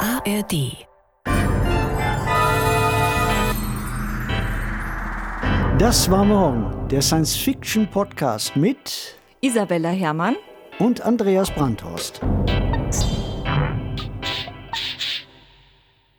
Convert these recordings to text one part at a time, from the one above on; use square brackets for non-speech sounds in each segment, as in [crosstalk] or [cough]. ARD. Das war morgen, der Science-Fiction-Podcast mit Isabella Herrmann und Andreas Brandhorst.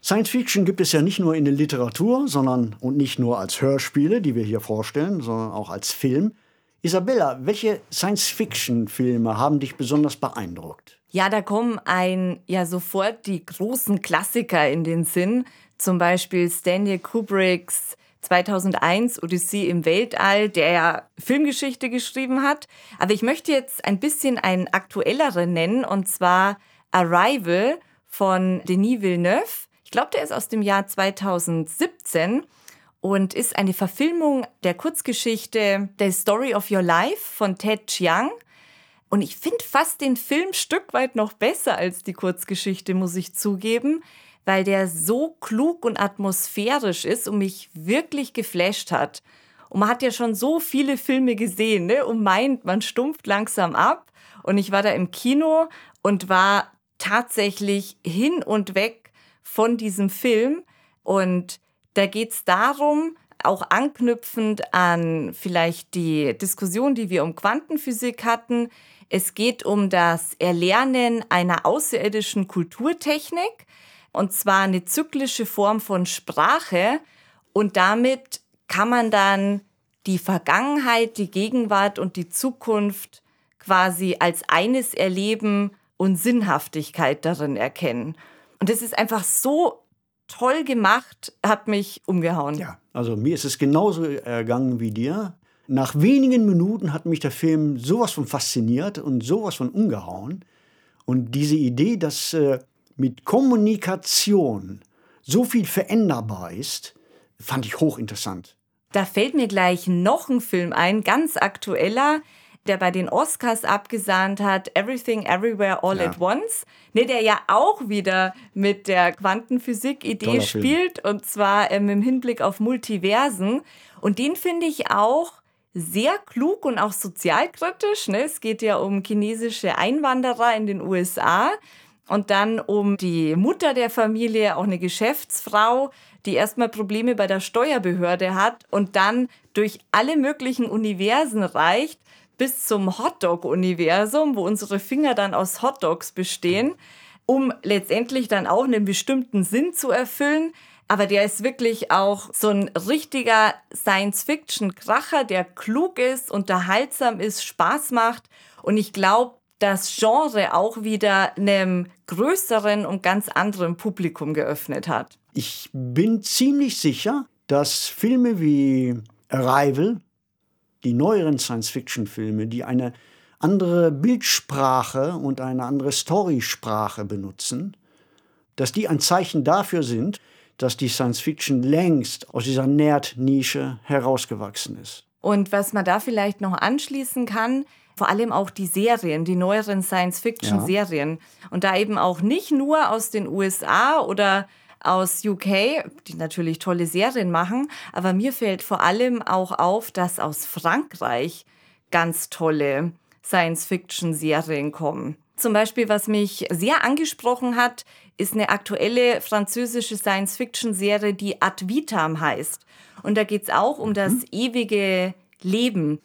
Science Fiction gibt es ja nicht nur in der Literatur, sondern und nicht nur als Hörspiele, die wir hier vorstellen, sondern auch als Film. Isabella, welche Science Fiction Filme haben dich besonders beeindruckt? Ja, da kommen ein ja sofort die großen Klassiker in den Sinn, zum Beispiel Stanley Kubricks 2001 Odyssee im Weltall, der ja Filmgeschichte geschrieben hat. Aber ich möchte jetzt ein bisschen einen aktuelleren nennen, und zwar Arrival von Denis Villeneuve. Ich glaube, der ist aus dem Jahr 2017 und ist eine Verfilmung der Kurzgeschichte The Story of Your Life von Ted Chiang. Und ich finde fast den Film Stück weit noch besser als die Kurzgeschichte, muss ich zugeben, weil der so klug und atmosphärisch ist und mich wirklich geflasht hat. Und man hat ja schon so viele Filme gesehen ne? und meint, man stumpft langsam ab. Und ich war da im Kino und war tatsächlich hin und weg von diesem Film. Und da geht es darum, auch anknüpfend an vielleicht die Diskussion, die wir um Quantenphysik hatten. Es geht um das Erlernen einer außerirdischen Kulturtechnik und zwar eine zyklische Form von Sprache und damit kann man dann die Vergangenheit, die Gegenwart und die Zukunft quasi als eines erleben und Sinnhaftigkeit darin erkennen. Und es ist einfach so toll gemacht, hat mich umgehauen. Ja, also mir ist es genauso ergangen wie dir. Nach wenigen Minuten hat mich der Film sowas von fasziniert und sowas von umgehauen. Und diese Idee, dass äh, mit Kommunikation so viel veränderbar ist, fand ich hochinteressant. Da fällt mir gleich noch ein Film ein, ganz aktueller, der bei den Oscars abgesahnt hat, Everything Everywhere All ja. at Once, ne, der ja auch wieder mit der Quantenphysik-Idee spielt und zwar ähm, im Hinblick auf Multiversen. Und den finde ich auch sehr klug und auch sozialkritisch. Ne? Es geht ja um chinesische Einwanderer in den USA und dann um die Mutter der Familie, auch eine Geschäftsfrau, die erstmal Probleme bei der Steuerbehörde hat und dann durch alle möglichen Universen reicht, bis zum Hotdog-Universum, wo unsere Finger dann aus Hotdogs bestehen, um letztendlich dann auch einen bestimmten Sinn zu erfüllen. Aber der ist wirklich auch so ein richtiger Science-Fiction-Kracher, der klug ist, unterhaltsam ist, Spaß macht. Und ich glaube, das Genre auch wieder einem größeren und ganz anderen Publikum geöffnet hat. Ich bin ziemlich sicher, dass Filme wie Arrival, die neueren Science-Fiction-Filme, die eine andere Bildsprache und eine andere Storysprache benutzen, dass die ein Zeichen dafür sind, dass die Science-Fiction längst aus dieser Nerd-Nische herausgewachsen ist. Und was man da vielleicht noch anschließen kann, vor allem auch die Serien, die neueren Science-Fiction-Serien. Ja. Und da eben auch nicht nur aus den USA oder aus UK, die natürlich tolle Serien machen, aber mir fällt vor allem auch auf, dass aus Frankreich ganz tolle Science-Fiction-Serien kommen. Zum Beispiel, was mich sehr angesprochen hat, ist eine aktuelle französische Science-Fiction-Serie, die Ad Vitam heißt. Und da geht es auch um mhm. das ewige Leben.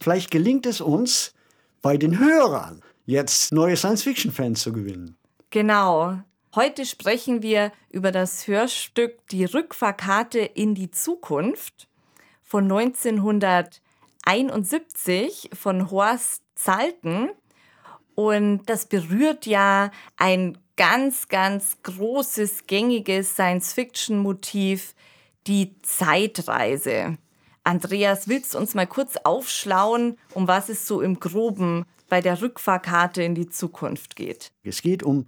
Vielleicht gelingt es uns, bei den Hörern jetzt neue Science-Fiction-Fans zu gewinnen. Genau, Heute sprechen wir über das Hörstück Die Rückfahrkarte in die Zukunft von 1971 von Horst Zalten. Und das berührt ja ein ganz, ganz großes, gängiges Science-Fiction-Motiv, die Zeitreise. Andreas, willst du uns mal kurz aufschlauen, um was es so im groben bei der Rückfahrkarte in die Zukunft geht? Es geht um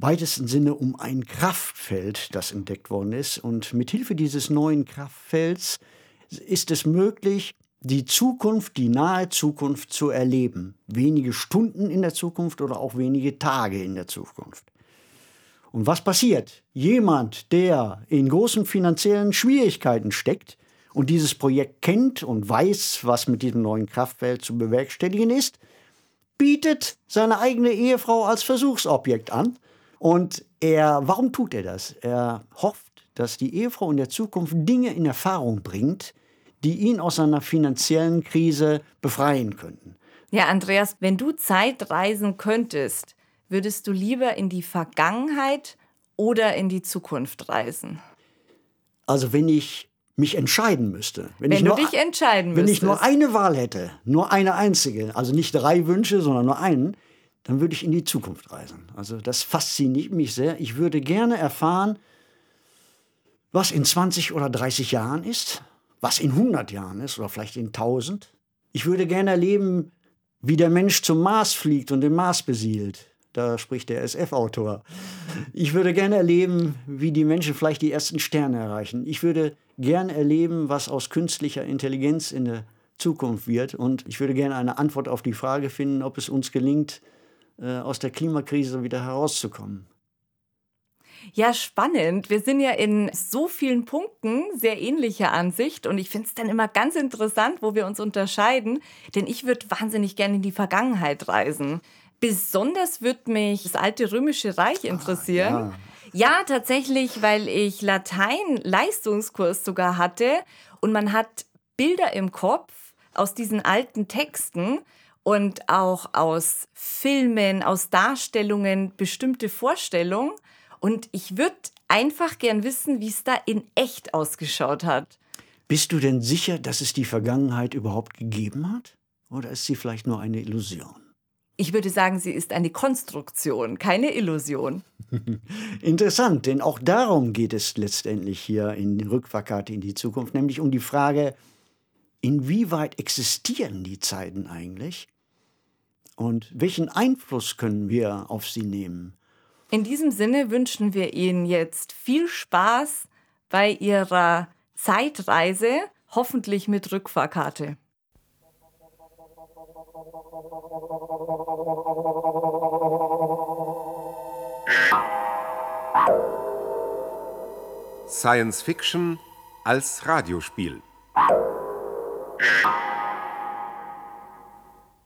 weitesten Sinne um ein Kraftfeld, das entdeckt worden ist. Und mit Hilfe dieses neuen Kraftfelds ist es möglich, die Zukunft, die nahe Zukunft zu erleben. Wenige Stunden in der Zukunft oder auch wenige Tage in der Zukunft. Und was passiert? Jemand, der in großen finanziellen Schwierigkeiten steckt und dieses Projekt kennt und weiß, was mit diesem neuen Kraftfeld zu bewerkstelligen ist, bietet seine eigene Ehefrau als Versuchsobjekt an Und er, warum tut er das? Er hofft, dass die Ehefrau in der Zukunft Dinge in Erfahrung bringt, die ihn aus einer finanziellen Krise befreien könnten. Ja, Andreas, wenn du Zeit reisen könntest, würdest du lieber in die Vergangenheit oder in die Zukunft reisen? Also wenn ich mich entscheiden müsste, wenn, ich Wenn du nur, dich entscheiden wenn ich nur müsstest. eine Wahl hätte, nur eine einzige, also nicht drei Wünsche, sondern nur einen, dann würde ich in die Zukunft reisen. Also das fasziniert mich sehr. Ich würde gerne erfahren, was in 20 oder 30 Jahren ist, was in 100 Jahren ist oder vielleicht in 1000. Ich würde gerne erleben, wie der Mensch zum Mars fliegt und den Mars besiedelt. Da spricht der SF-Autor. Ich würde gerne erleben, wie die Menschen vielleicht die ersten Sterne erreichen. Ich würde gerne erleben, was aus künstlicher Intelligenz in der Zukunft wird. Und ich würde gerne eine Antwort auf die Frage finden, ob es uns gelingt, äh, aus der Klimakrise wieder herauszukommen. Ja, spannend. Wir sind ja in so vielen Punkten sehr ähnlicher Ansicht und ich finde es dann immer ganz interessant, wo wir uns unterscheiden, denn ich würde wahnsinnig gerne in die Vergangenheit reisen. Besonders würde mich das alte römische Reich Ah, interessieren. ja. tatsächlich, weil ich Latein-Leistungskurs sogar hatte und man hat Bilder im Kopf aus diesen alten Texten und auch aus Filmen, aus Darstellungen bestimmte Vorstellungen. Und ich würde einfach gern wissen, wie es da in echt ausgeschaut hat. Bist du denn sicher, dass es die Vergangenheit überhaupt gegeben hat? Oder ist sie vielleicht nur eine Illusion? Ich würde sagen, sie ist eine Konstruktion, keine Illusion. Interessant, denn auch darum geht es letztendlich hier in Rückfahrkarte in die Zukunft, nämlich um die Frage, inwieweit existieren die Zeiten eigentlich und welchen Einfluss können wir auf sie nehmen? In diesem Sinne wünschen wir Ihnen jetzt viel Spaß bei Ihrer Zeitreise, hoffentlich mit Rückfahrkarte. Science Fiction als Radiospiel.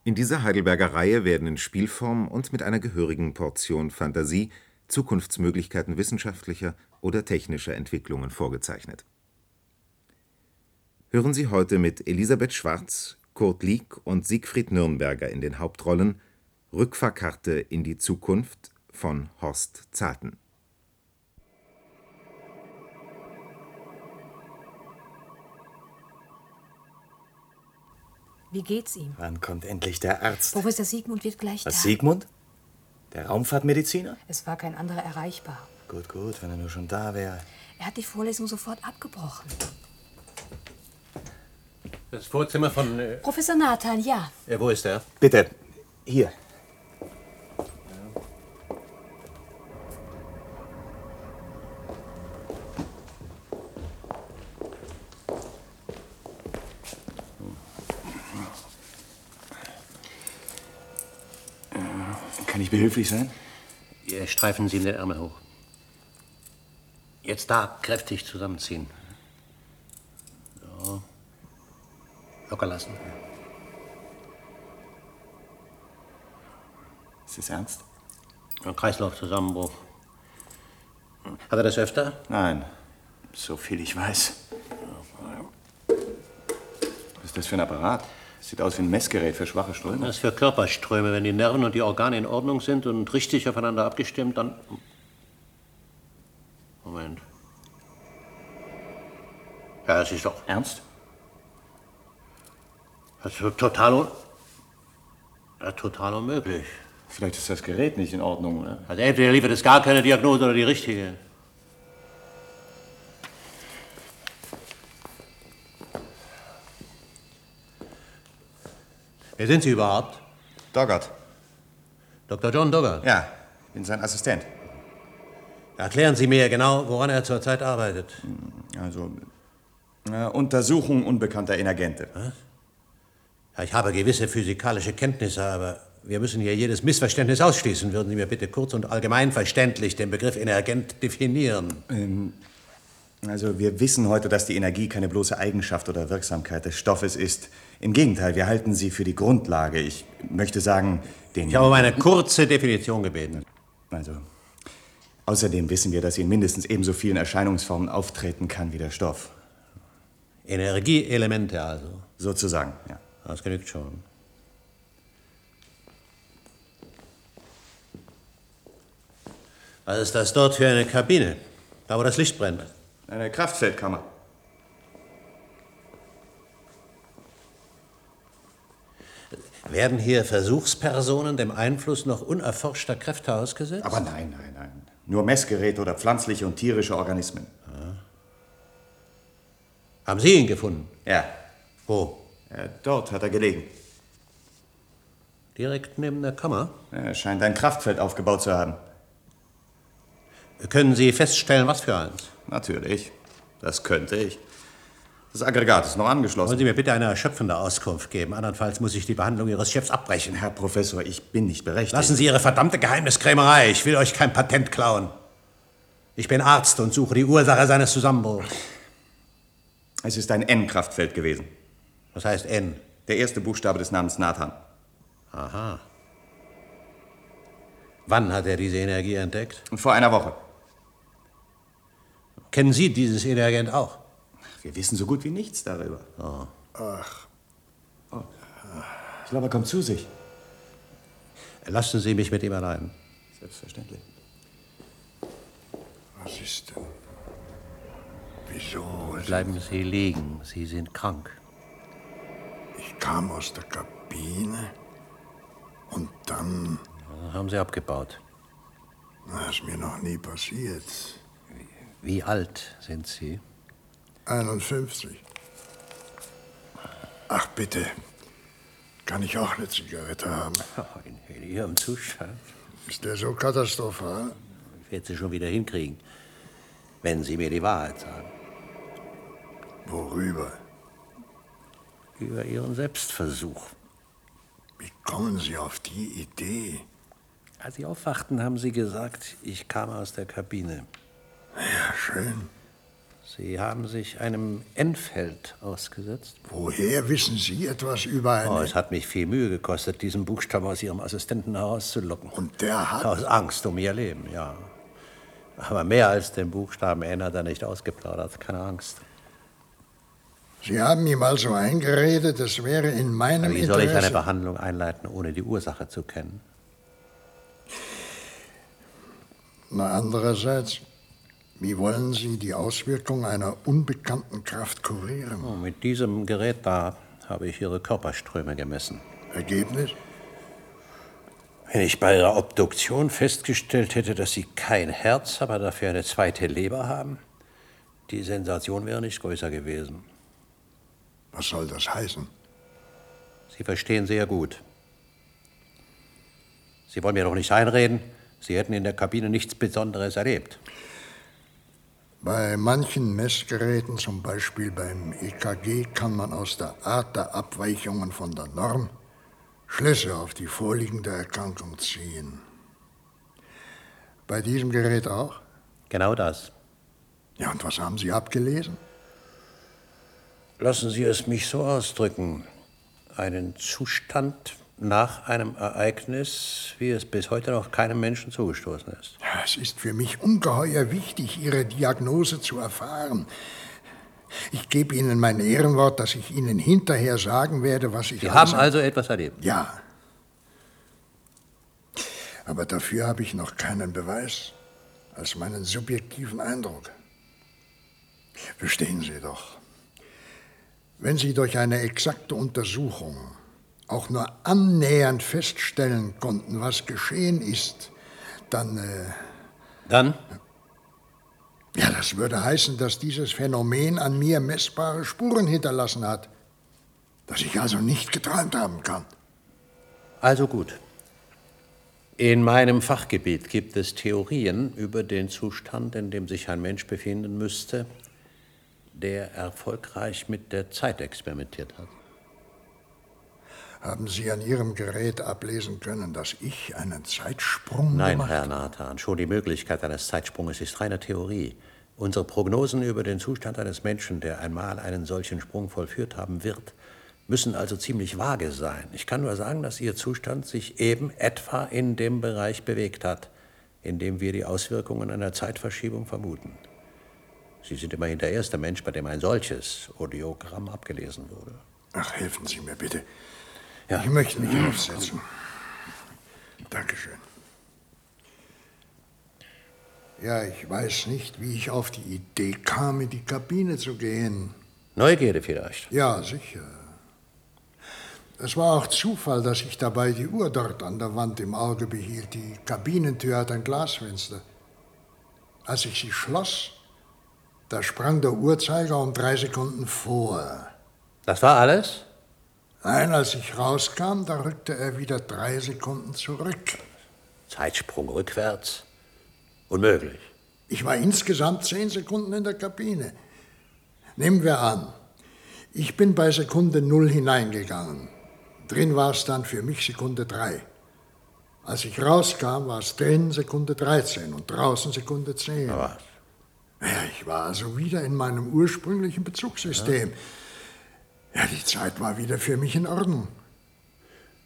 In dieser Heidelberger Reihe werden in Spielform und mit einer gehörigen Portion Fantasie Zukunftsmöglichkeiten wissenschaftlicher oder technischer Entwicklungen vorgezeichnet. Hören Sie heute mit Elisabeth Schwarz, Kurt Lieck und Siegfried Nürnberger in den Hauptrollen Rückfahrkarte in die Zukunft von Horst Zaten. Wie geht's ihm? Wann kommt endlich der Arzt? Professor Siegmund wird gleich Was, da. Siegmund? Der Raumfahrtmediziner? Es war kein anderer erreichbar. Gut, gut, wenn er nur schon da wäre. Er hat die Vorlesung sofort abgebrochen. Das Vorzimmer von. Äh, Professor Nathan, ja. äh, wo ist er? Bitte, hier. Kann ich behilflich sein? Äh, Streifen Sie den Ärmel hoch. Jetzt da kräftig zusammenziehen. So. Locker lassen. Ist das ernst? Ein Kreislaufzusammenbruch. Hat er das öfter? Nein, so viel ich weiß. Was ist das für ein Apparat? Sieht aus wie ein Messgerät für schwache Ströme. Das ist für Körperströme. Wenn die Nerven und die Organe in Ordnung sind und richtig aufeinander abgestimmt, dann. Moment. Ja, das ist doch. Ernst? Das ist total. un- Ja, total unmöglich. Vielleicht ist das Gerät nicht in Ordnung, ne? oder? Also entweder liefert es gar keine Diagnose oder die richtige. Wer sind Sie überhaupt? Doggart. Dr. John Dogger. Ja, ich bin sein Assistent. Erklären Sie mir genau, woran er zurzeit arbeitet. Also, äh, Untersuchung unbekannter Energente. Ja, ich habe gewisse physikalische Kenntnisse, aber wir müssen hier jedes Missverständnis ausschließen. Würden Sie mir bitte kurz und allgemein verständlich den Begriff Energent definieren? Also, wir wissen heute, dass die Energie keine bloße Eigenschaft oder Wirksamkeit des Stoffes ist. Im Gegenteil, wir halten sie für die Grundlage. Ich möchte sagen, den. Ich habe um eine kurze Definition gebeten. Also, Außerdem wissen wir, dass sie in mindestens ebenso vielen Erscheinungsformen auftreten kann wie der Stoff. Energieelemente also. Sozusagen, ja. Das genügt schon. Was ist das dort für eine Kabine? Da, wo das Licht brennt. Eine Kraftfeldkammer. Werden hier Versuchspersonen dem Einfluss noch unerforschter Kräfte ausgesetzt? Aber nein, nein, nein. Nur Messgeräte oder pflanzliche und tierische Organismen. Haben Sie ihn gefunden? Ja, Wo? äh, dort hat er gelegen. Direkt neben der Kammer? Er scheint ein Kraftfeld aufgebaut zu haben. Können Sie feststellen, was für eins? Natürlich. Das könnte ich. Das Aggregat ist noch angeschlossen. Wollen Sie mir bitte eine erschöpfende Auskunft geben? Andernfalls muss ich die Behandlung Ihres Chefs abbrechen. Herr Professor, ich bin nicht berechtigt. Lassen Sie Ihre verdammte Geheimniskrämerei. Ich will euch kein Patent klauen. Ich bin Arzt und suche die Ursache seines Zusammenbruchs. Es ist ein N-Kraftfeld gewesen. Das heißt N. Der erste Buchstabe des Namens Nathan. Aha. Wann hat er diese Energie entdeckt? Und vor einer Woche. Kennen Sie dieses Energent auch? Wir wissen so gut wie nichts darüber. Ach. Ich glaube, er kommt zu sich. Lassen Sie mich mit ihm allein. Selbstverständlich. Was ist denn? Wieso? Bleiben Sie liegen. Sie sind krank. Also, Ich kam aus der Kabine und dann. Haben Sie abgebaut. Das ist mir noch nie passiert. Wie alt sind Sie? 51. Ach bitte, kann ich auch eine Zigarette haben? Oh, In, in Ihrem Zustand. Ist der so katastrophal? Ich werde Sie schon wieder hinkriegen, wenn Sie mir die Wahrheit sagen. Worüber? Über Ihren Selbstversuch. Wie kommen Sie auf die Idee? Als Sie aufwachten, haben Sie gesagt, ich kam aus der Kabine. Ja, schön. Sie haben sich einem N-Feld ausgesetzt. Woher wissen Sie etwas über Oh, eine? es hat mich viel Mühe gekostet, diesen Buchstaben aus Ihrem Assistenten herauszulocken. Und der hat. Aus Angst um Ihr Leben, ja. Aber mehr als den Buchstaben N hat er nicht ausgeplaudert. Keine Angst. Sie haben ihm also eingeredet, es wäre in meinem Wie soll ich eine Interesse. Behandlung einleiten, ohne die Ursache zu kennen? Na, andererseits, wie wollen Sie die Auswirkung einer unbekannten Kraft kurieren? Und mit diesem Gerät da habe ich Ihre Körperströme gemessen. Ergebnis? Wenn ich bei Ihrer Obduktion festgestellt hätte, dass Sie kein Herz, aber dafür eine zweite Leber haben, die Sensation wäre nicht größer gewesen. Was soll das heißen? Sie verstehen sehr gut. Sie wollen mir doch nicht einreden, Sie hätten in der Kabine nichts Besonderes erlebt. Bei manchen Messgeräten, zum Beispiel beim EKG, kann man aus der Art der Abweichungen von der Norm Schlüsse auf die vorliegende Erkrankung ziehen. Bei diesem Gerät auch? Genau das. Ja, und was haben Sie abgelesen? Lassen Sie es mich so ausdrücken. Einen Zustand nach einem Ereignis, wie es bis heute noch keinem Menschen zugestoßen ist. Ja, Es ist für mich ungeheuer wichtig, Ihre Diagnose zu erfahren. Ich gebe Ihnen mein Ehrenwort, dass ich Ihnen hinterher sagen werde, was ich Sie alles haben also etwas erlebt. Ja. Aber dafür habe ich noch keinen Beweis als meinen subjektiven Eindruck. Verstehen Sie doch, wenn Sie durch eine exakte Untersuchung auch nur annähernd feststellen konnten, was geschehen ist, dann, äh, Dann? ja, das würde heißen, dass dieses Phänomen an mir messbare Spuren hinterlassen hat, dass ich also nicht geträumt haben kann. Also gut. In meinem Fachgebiet gibt es Theorien über den Zustand, in dem sich ein Mensch befinden müsste, der erfolgreich mit der Zeit experimentiert hat. Haben Sie an Ihrem Gerät ablesen können, dass ich einen Zeitsprung Nein, gemacht Herr Nathan, schon die Möglichkeit eines Zeitsprunges ist reine Theorie. Unsere Prognosen über den Zustand eines Menschen, der einmal einen solchen Sprung vollführt haben wird, müssen also ziemlich vage sein. Ich kann nur sagen, dass Ihr Zustand sich eben etwa in dem Bereich bewegt hat, indem wir die Auswirkungen einer Zeitverschiebung vermuten. Sie sind immerhin der erste Mensch, bei dem ein solches Audiogramm abgelesen wurde. Ach, helfen Sie mir bitte. Ja. Ich möchte mich aufsetzen. Dankeschön. Ja, ich weiß nicht, wie ich auf die Idee kam, in die Kabine zu gehen. Neugierde vielleicht. Ja, sicher. Es war auch Zufall, dass ich dabei die Uhr dort an der Wand im Auge behielt. Die Kabinentür hat ein Glasfenster. Als ich sie schloss, da sprang der Uhrzeiger um drei Sekunden vor. Das war alles? Nein, als ich rauskam, da rückte er wieder drei Sekunden zurück. Zeitsprung rückwärts? Unmöglich. Ich war insgesamt zehn Sekunden in der Kabine. Nehmen wir an, ich bin bei Sekunde null hineingegangen. Drin war es dann für mich Sekunde drei. Als ich rauskam, war es drin Sekunde 13 und draußen Sekunde 10. Aber Ja, ich war also wieder in meinem ursprünglichen Bezugssystem. Ja, die Zeit war wieder für mich in Ordnung.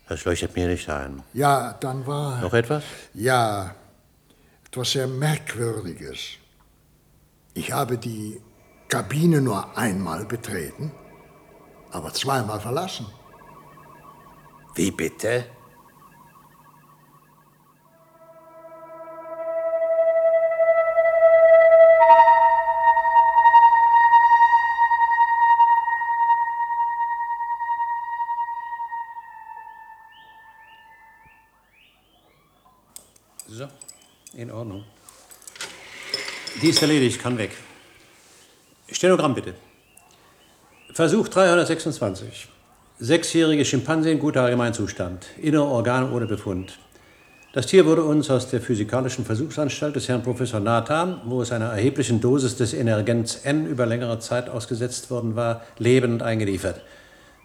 das leuchtet mir nicht ein. Ja, dann war. Noch etwas? Ja, etwas sehr Merkwürdiges. Ich habe die Kabine nur einmal betreten, aber zweimal verlassen. Wie bitte? So, in Ordnung. Die ist erledigt, kann weg. Stenogramm bitte. Versuch 326. Sechsjährige Schimpanse in guter Allgemeinzustand. Innere Organe ohne Befund. Das Tier wurde uns aus der Physikalischen Versuchsanstalt des Herrn Professor Nathan, wo es einer erheblichen Dosis des Energens N über längere Zeit ausgesetzt worden war, lebend eingeliefert.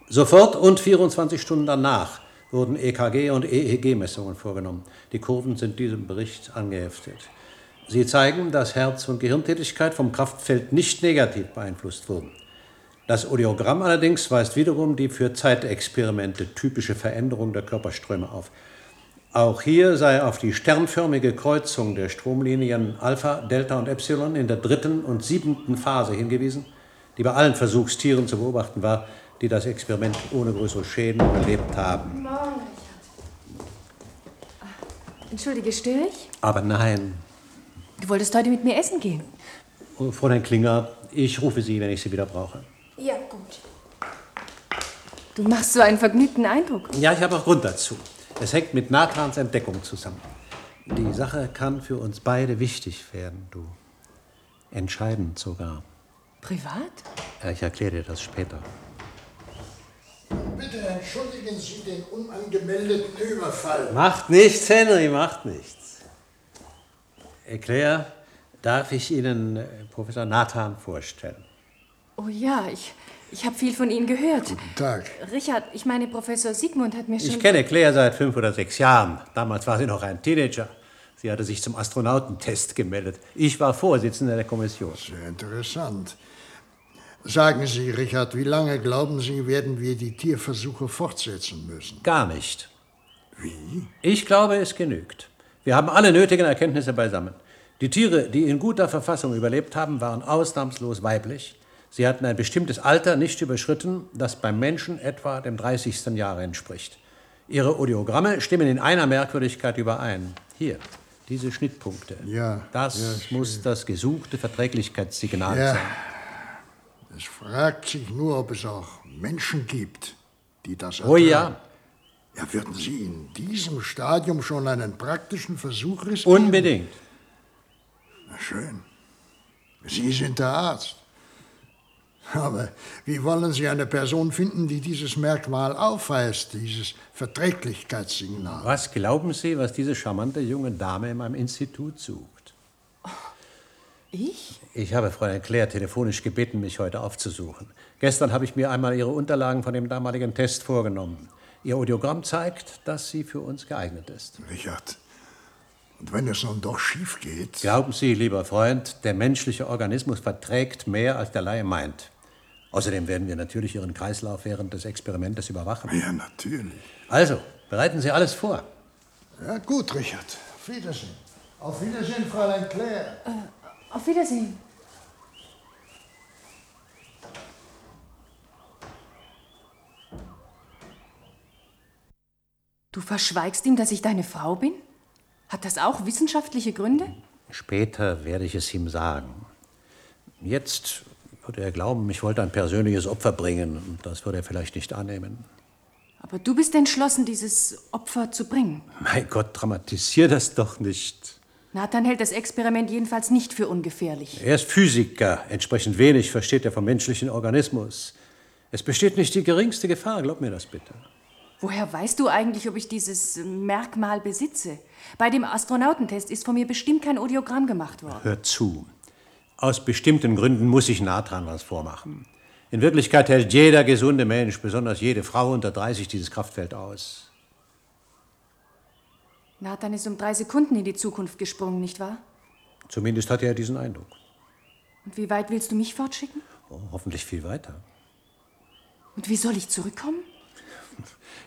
Sofort und 24 Stunden danach wurden EKG und E EEG-Messungen vorgenommen. Die Kurven sind diesem Bericht angeheftet. Sie zeigen, dass Herz- und Gehirntätigkeit vom Kraftfeld nicht negativ beeinflusst wurden. Das Audiogramm allerdings weist wiederum die für Zeitexperimente typische Veränderung der Körperströme auf. Auch hier sei auf die sternförmige Kreuzung der Stromlinien Alpha, Delta und Epsilon in der dritten und siebten Phase hingewiesen, die bei allen Versuchstieren zu beobachten war, die das Experiment ohne größere Schäden überlebt haben. Entschuldige, störe ich? Aber nein, Du wolltest heute mit mir essen gehen. Fräulein Klinger, ich rufe Sie, wenn ich Sie wieder brauche. Ja, gut. Du machst so einen vergnügten Eindruck. Ja, ich habe auch Grund dazu. Es hängt mit Nathans Entdeckung zusammen. Die Sache kann für uns beide wichtig werden, du. Entscheidend sogar. Privat? Ja, Ich erkläre dir das später. Bitte entschuldigen Sie den unangemeldeten Überfall. Macht nichts, Henry, macht nichts. Erklär, darf ich Ihnen äh, Professor Nathan vorstellen? Oh ja, ich, ich habe viel von Ihnen gehört. Guten Tag. Richard, ich meine, Professor Sigmund hat mir schon... Ich kenne Claire seit fünf oder sechs Jahren. Damals war sie noch ein Teenager. Sie hatte sich zum Astronautentest gemeldet. Ich war Vorsitzender der Kommission. Sehr interessant. Sagen Sie, Richard, wie lange glauben Sie, werden wir die Tierversuche fortsetzen müssen? Gar nicht. Wie? Ich glaube, es genügt. Wir haben alle nötigen Erkenntnisse beisammen. Die Tiere, die in guter Verfassung überlebt haben, waren ausnahmslos weiblich. Sie hatten ein bestimmtes Alter nicht überschritten, das beim Menschen etwa dem 30. Jahre entspricht. Ihre Audiogramme stimmen in einer Merkwürdigkeit überein. Hier, diese Schnittpunkte. Ja, ja, Das muss das gesuchte Verträglichkeitssignal Ja. sein. Es fragt sich nur, ob es auch Menschen gibt, die das Oh ja, Ja, würden Sie in diesem Stadium schon einen praktischen Versuch riskieren? unbedingt. Na schön. Sie sind der Arzt. Aber wie wollen Sie eine Person finden, die dieses Merkmal aufweist, dieses Verträglichkeitssignal? Was glauben Sie, was diese charmante junge Dame in meinem Institut sucht? Ich? Ich habe Fräulein Claire telefonisch gebeten, mich heute aufzusuchen. Gestern habe ich mir einmal ihre Unterlagen von dem damaligen Test vorgenommen. Ihr Audiogramm zeigt, dass sie für uns geeignet ist. Richard, und wenn es nun doch schief geht, Glauben Sie, lieber Freund, der menschliche Organismus verträgt mehr, als der Laie meint. Außerdem werden wir natürlich Ihren Kreislauf während des Experimentes überwachen. ja natürlich. Also, bereiten Sie alles vor. Ja gut, Richard. Auf Wiedersehen. Auf Wiedersehen, Fräulein Claire. Auf Wiedersehen. Du verschweigst ihm, dass ich deine Frau bin? Hat das auch wissenschaftliche Gründe? Später werde ich es ihm sagen. Jetzt würde er glauben, ich wollte ein persönliches Opfer bringen. Und das würde er vielleicht nicht annehmen. Aber du bist entschlossen, dieses Opfer zu bringen. Mein Gott, dramatisier das doch nicht. Nathan hält das Experiment jedenfalls nicht für ungefährlich. Er ist Physiker. Entsprechend wenig versteht er vom menschlichen Organismus. Es besteht nicht die geringste Gefahr, glaub mir das bitte. Woher weißt du eigentlich, ob ich dieses Merkmal besitze? Bei dem Astronautentest ist von mir bestimmt kein Audiogramm gemacht worden. Hör zu. Aus bestimmten Gründen muss ich Nathan was vormachen. In Wirklichkeit hält jeder gesunde Mensch, besonders jede Frau unter 30, dieses Kraftfeld aus. Nathan ist um drei Sekunden in die Zukunft gesprungen, nicht wahr? Zumindest hatte er diesen Eindruck. Und wie weit willst du mich fortschicken? Oh, hoffentlich viel weiter. Und wie soll ich zurückkommen?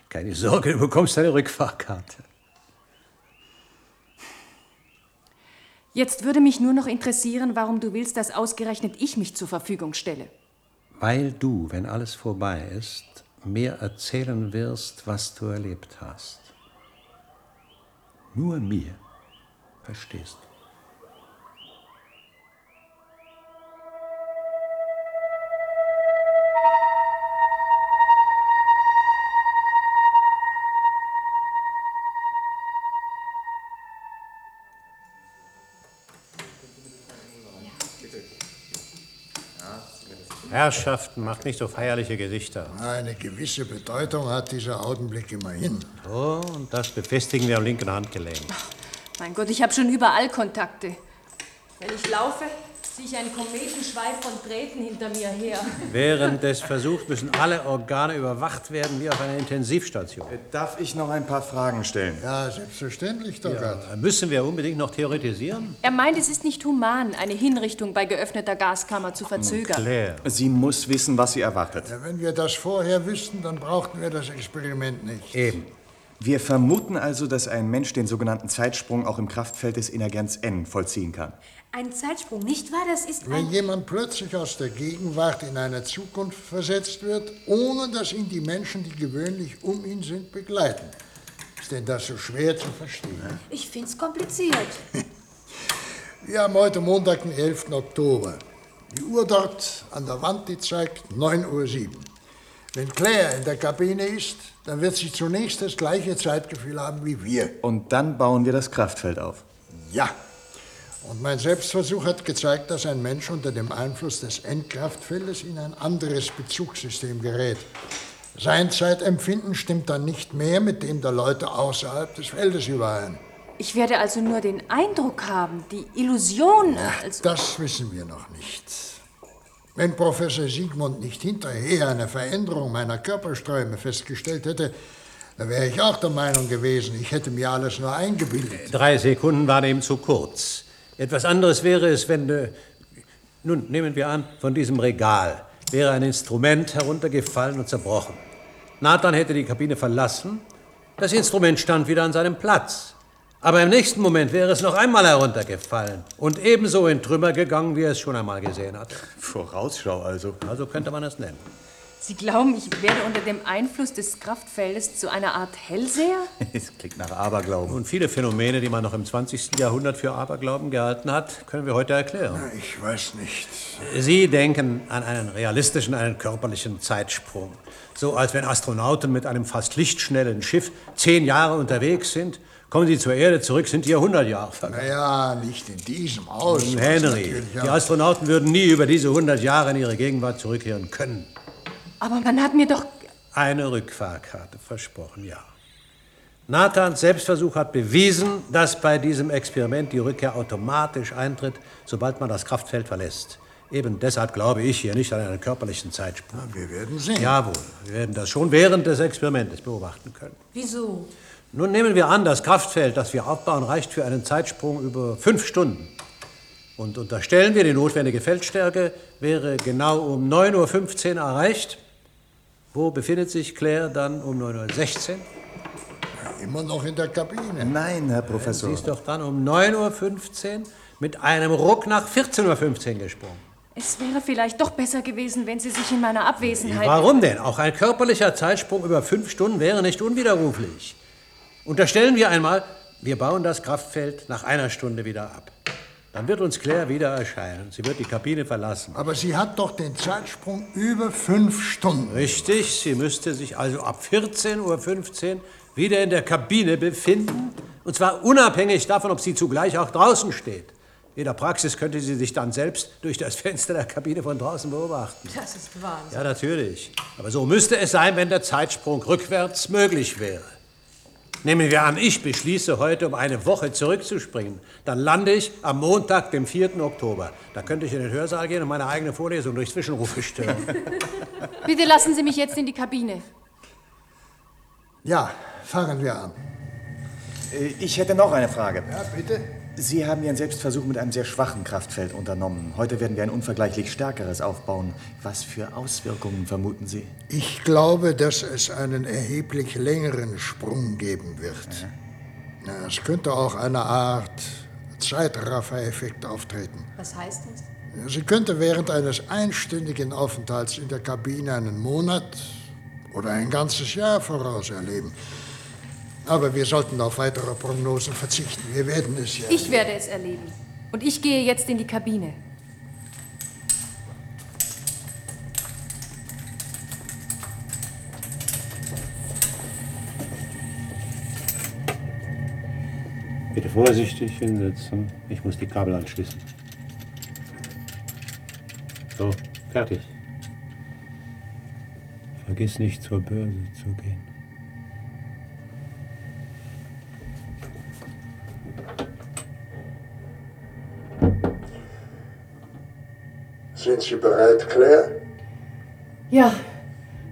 Keine Sorge, du bekommst eine Rückfahrkarte. Jetzt würde mich nur noch interessieren, warum du willst, dass ausgerechnet ich mich zur Verfügung stelle. Weil du, wenn alles vorbei ist, mir erzählen wirst, was du erlebt hast. Nur mir. Verstehst du? Herrschaften, macht nicht so feierliche Gesichter. Eine gewisse Bedeutung hat dieser Augenblick immerhin. So, und das befestigen wir am linken Handgelenk. Mein Gott, ich habe schon überall Kontakte. Wenn ich laufe, ziehe ich einen Kometenschweif von Drähten hinter mir her. Während des Versuchs müssen alle Organe überwacht werden wie auf einer Intensivstation. Darf ich noch ein paar Fragen stellen? Ja, selbstverständlich, Doggart. Müssen wir unbedingt noch theoretisieren? Er meint, es ist nicht human, eine Hinrichtung bei geöffneter Gaskammer zu verzögern. Claire. Sie muss wissen, was sie erwartet. Ja, wenn wir das vorher wüssten, dann brauchten wir das Experiment nicht. Eben. Wir vermuten also, dass ein Mensch den sogenannten Zeitsprung auch im Kraftfeld des Energens N vollziehen kann. Ein Zeitsprung, nicht wahr? Das ist Wenn ein... jemand plötzlich aus der Gegenwart in eine Zukunft versetzt wird, ohne dass ihn die Menschen, die gewöhnlich um ihn sind, begleiten. Ist denn das so schwer zu verstehen? Ich find's kompliziert. Wir haben heute Montag, den 11. Oktober. Die Uhr dort an der Wand, die zeigt 9.07 Uhr. Wenn Claire in der Kabine ist, dann wird sie zunächst das gleiche Zeitgefühl haben wie wir. Und dann bauen wir das Kraftfeld auf. Ja. Und mein Selbstversuch hat gezeigt, dass ein Mensch unter dem Einfluss des Endkraftfeldes in ein anderes Bezugssystem gerät. Sein Zeitempfinden stimmt dann nicht mehr mit dem der Leute außerhalb des Feldes überein. Ich werde also nur den Eindruck haben, die Illusion. Also, Das wissen wir noch nicht. Wenn Professor Siegmund nicht hinterher eine Veränderung meiner Körperströme festgestellt hätte, dann wäre ich auch der Meinung gewesen, ich hätte mir alles nur eingebildet. Drei Sekunden waren eben zu kurz. Etwas anderes wäre es, wenn. Äh, nun, nehmen wir an, von diesem Regal wäre ein Instrument heruntergefallen und zerbrochen. Nathan hätte die Kabine verlassen, das Instrument stand wieder an seinem Platz. Aber im nächsten Moment wäre es noch einmal heruntergefallen und ebenso in Trümmer gegangen, wie er es schon einmal gesehen hatte. Vorausschau also. Also könnte man es nennen. Sie glauben, ich werde unter dem Einfluss des Kraftfeldes zu einer Art Hellseher? [laughs] Es klingt nach Aberglauben. Und viele Phänomene, die man noch im 20. Jahrhundert für Aberglauben gehalten hat, können wir heute erklären. Ich weiß nicht. Sie denken an einen realistischen, einen körperlichen Zeitsprung. So als wenn Astronauten mit einem fast lichtschnellen Schiff zehn Jahre unterwegs sind, kommen sie zur Erde zurück, sind hier 100 Jahre vergangen. Naja, nicht in diesem Haus. Hm, Henry, Natürlich, die aber- Astronauten würden nie über diese 100 Jahre in ihre Gegenwart zurückkehren können. Aber man hat mir doch. Eine Rückfahrkarte, versprochen, ja. Nathans Selbstversuch hat bewiesen, dass bei diesem Experiment die Rückkehr automatisch eintritt, sobald man das Kraftfeld verlässt. Eben deshalb glaube ich hier nicht an einen körperlichen Zeitsprung. Wir werden sehen. Jawohl, wir werden das schon während des Experimentes beobachten können. Wieso? Nun nehmen wir an, das Kraftfeld, das wir aufbauen, reicht für einen Zeitsprung über fünf Stunden. Und unterstellen wir, die notwendige Feldstärke wäre genau um 9.15 Uhr erreicht. Wo befindet sich Claire dann um 9.16 Uhr? immer noch in der Kabine. Nein, Herr Professor. Sie ist doch dann um 9.15 Uhr mit einem Ruck nach 14.15 Uhr gesprungen. Es wäre vielleicht doch besser gewesen, wenn Sie sich in meiner Abwesenheit. Warum denn? Auch ein körperlicher Zeitsprung über fünf Stunden wäre nicht unwiderruflich. Unterstellen wir einmal, wir bauen das Kraftfeld nach einer Stunde wieder ab. Dann wird uns Claire wieder erscheinen. Sie wird die Kabine verlassen. Aber sie hat doch den Zeitsprung über fünf Stunden. Richtig, sie müsste sich also ab 14.15 Uhr wieder in der Kabine befinden. Und zwar unabhängig davon, ob sie zugleich auch draußen steht. In der Praxis könnte sie sich dann selbst durch das Fenster der Kabine von draußen beobachten. Das ist Wahnsinn. Ja, natürlich. Aber so müsste es sein, wenn der Zeitsprung rückwärts möglich wäre. Nehmen wir an, ich beschließe heute, um eine Woche zurückzuspringen. Dann lande ich am Montag, dem 4. Oktober. Da könnte ich in den Hörsaal gehen und meine eigene Vorlesung durch Zwischenrufe stören. Bitte lassen Sie mich jetzt in die Kabine. Ja, fangen wir an. Äh, Ich hätte noch eine Frage. Ja, bitte. Sie haben Ihren Selbstversuch mit einem sehr schwachen Kraftfeld unternommen. Heute werden wir ein unvergleichlich stärkeres aufbauen. Was für Auswirkungen vermuten Sie? Ich glaube, dass es einen erheblich längeren Sprung geben wird. Na, es könnte auch eine Art Zeitraffer-Effekt auftreten. Was heißt das? Sie könnte während eines einstündigen Aufenthalts in der Kabine einen Monat oder ein ganzes Jahr voraus erleben. Aber wir sollten auf weitere Prognosen verzichten. Wir werden es ja. Ich werde es erleben. Und ich gehe jetzt in die Kabine. Bitte vorsichtig hinsetzen. Ich muss die Kabel anschließen. So, fertig. Vergiss nicht zur Börse zu gehen. Sind Sie bereit, Claire? Ja,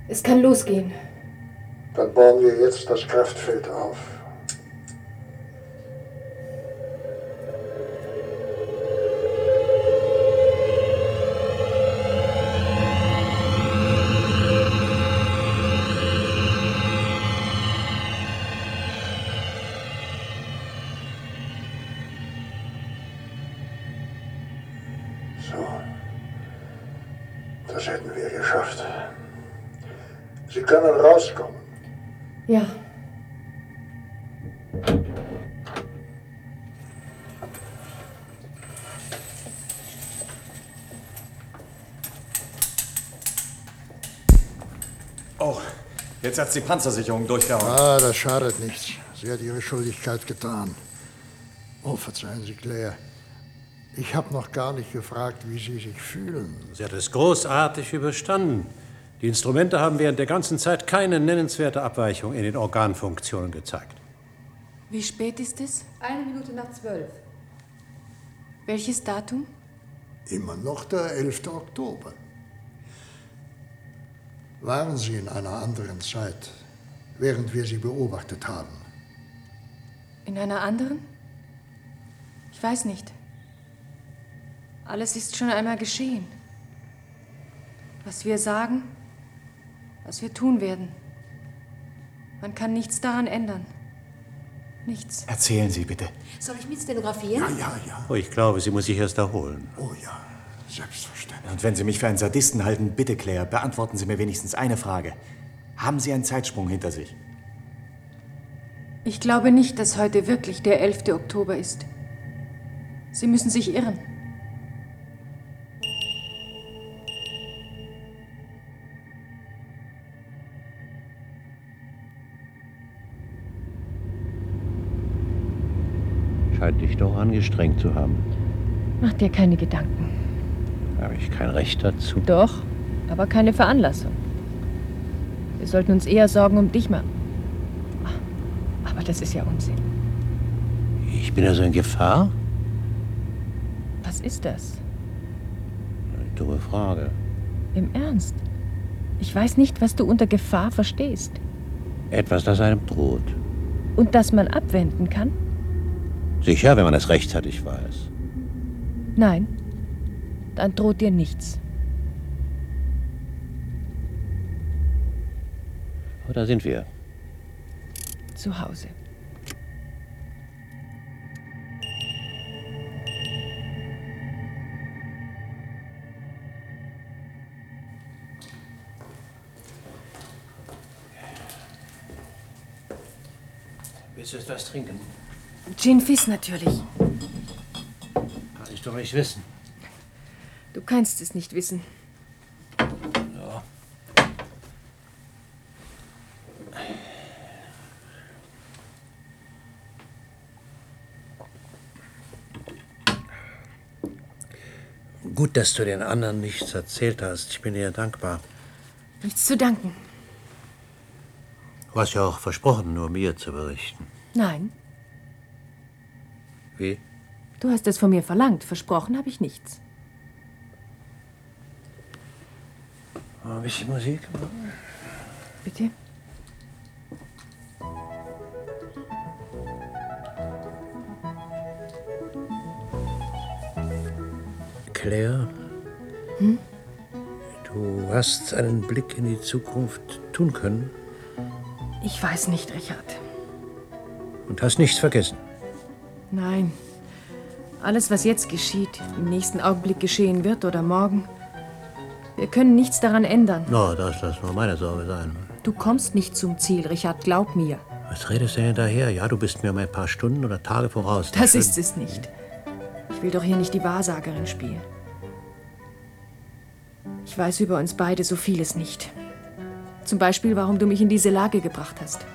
es kann losgehen. Dann bauen wir jetzt das Kraftfeld auf. So, das hätten wir geschafft. Sie können rauskommen. Ja. Oh, jetzt hat's die Panzersicherung durchgehauen. Ah, das schadet nichts. Sie hat ihre Schuldigkeit getan. Oh, verzeihen Sie, Claire. Ich habe noch gar nicht gefragt, wie Sie sich fühlen. Sie hat es großartig überstanden. Die Instrumente haben während der ganzen Zeit keine nennenswerte Abweichung in den Organfunktionen gezeigt. Wie spät ist es? Eine Minute nach zwölf. Welches Datum? Immer noch der 11. Oktober. Waren Sie in einer anderen Zeit, während wir Sie beobachtet haben? In einer anderen? Ich weiß nicht. Alles ist schon einmal geschehen. Was wir sagen, was wir tun werden. Man kann nichts daran ändern. Nichts. Erzählen Sie bitte. Soll ich mit's denn raffieren? Ja, ja, Oh, ich glaube, sie muss sich erst erholen. oh ja, selbstverständlich. Und wenn Sie mich für einen Sadisten halten, bitte, Claire, beantworten Sie mir wenigstens eine Frage. Haben Sie einen Zeitsprung hinter sich? Ich glaube nicht, dass heute wirklich der 11. Oktober ist. Sie müssen sich irren. Scheint dich doch angestrengt zu haben. Mach dir keine Gedanken. Habe ich kein Recht dazu. Doch, aber keine Veranlassung. Wir sollten uns eher Sorgen um dich machen. Aber das ist ja Unsinn. Ich bin also in Gefahr? Was ist das? Eine dumme Frage. Im Ernst? Ich weiß nicht, was du unter Gefahr verstehst. Etwas, das einem droht. Und dass man abwenden kann? Sicher, wenn man es rechtzeitig weiß. Nein. Dann droht dir nichts. Oh, da sind wir. Zu Hause. Willst du etwas trinken? Gin Fizz natürlich. Kann ich doch nicht wissen. Du kannst es nicht wissen. Ja. Gut, dass du den anderen nichts erzählt hast. Ich bin dir dankbar. Nichts zu danken. Du hast ja auch versprochen, nur mir zu berichten. Nein, Wie? du hast es von mir verlangt. Versprochen habe ich nichts. Ein bisschen Musik? Bitte? Claire? Hm? Du hast einen Blick in die Zukunft tun können Ich weiß nicht, Richard. und hast nichts vergessen. Nein. Alles, was jetzt geschieht, im nächsten Augenblick geschehen wird oder morgen, wir können nichts daran ändern. Na, no, das lass nur meine Sorge sein. Du kommst nicht zum Ziel, Richard, glaub mir. Was redest du denn daher? Ja, du bist mir um ein paar Stunden oder Tage voraus. Na Das schön. ist es nicht. Ich will doch hier nicht die Wahrsagerin spielen. Ich weiß über uns beide so vieles nicht. Zum Beispiel, warum du mich in diese Lage gebracht hast.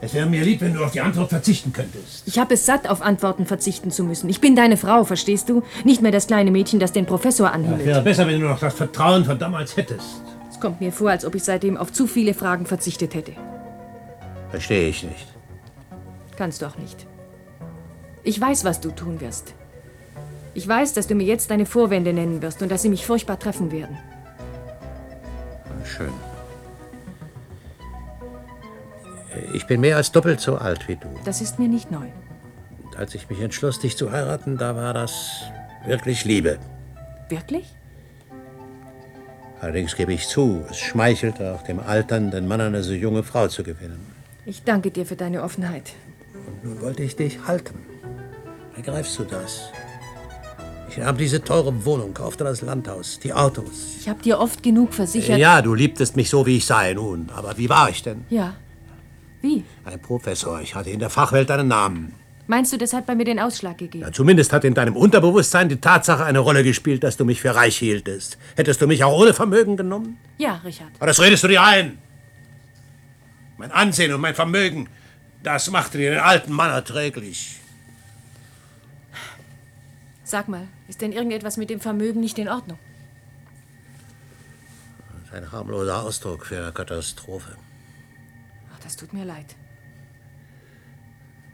Es wäre mir lieb, wenn du auf die Antwort verzichten könntest. Ich habe es satt, auf Antworten verzichten zu müssen. Ich bin deine Frau, verstehst du? Nicht mehr das kleine Mädchen, das den Professor Es anhimmelt. wäre besser, wenn du noch das Vertrauen von damals hättest. Es kommt mir vor, als ob ich seitdem auf zu viele Fragen verzichtet hätte. Verstehe ich nicht. Kannst du auch nicht. Ich weiß, was du tun wirst. Ich weiß, dass du mir jetzt deine Vorwände nennen wirst und dass sie mich furchtbar treffen werden. Schön. Ich bin mehr als doppelt so alt wie du. Das ist mir nicht neu. Und als ich mich entschloss, dich zu heiraten, da war das wirklich Liebe. Wirklich? Allerdings gebe ich zu, es schmeichelte auch dem alternden Mann eine so junge Frau zu gewinnen. Ich danke dir für deine Offenheit. Nun wollte ich dich halten. Begreifst du das? Ich nahm diese teure Wohnung, kaufte das Landhaus, die Autos. Ich habe dir oft genug versichert. ja, du liebtest mich so, wie ich sei nun. Aber wie war ich denn? Ja. Wie? Ein Professor. Ich hatte in der Fachwelt einen Namen. Meinst du, das hat bei mir den Ausschlag gegeben? Ja, zumindest hat in deinem Unterbewusstsein die Tatsache eine Rolle gespielt, dass du mich für reich hieltest. Hättest du mich auch ohne Vermögen genommen? Ja, Richard. Aber das redest du dir ein. Mein Ansehen und mein Vermögen, das machte dir den alten Mann erträglich. Sag mal, ist denn irgendetwas mit dem Vermögen nicht in Ordnung? Ein harmloser Ausdruck für eine Katastrophe. Ach, das tut mir leid.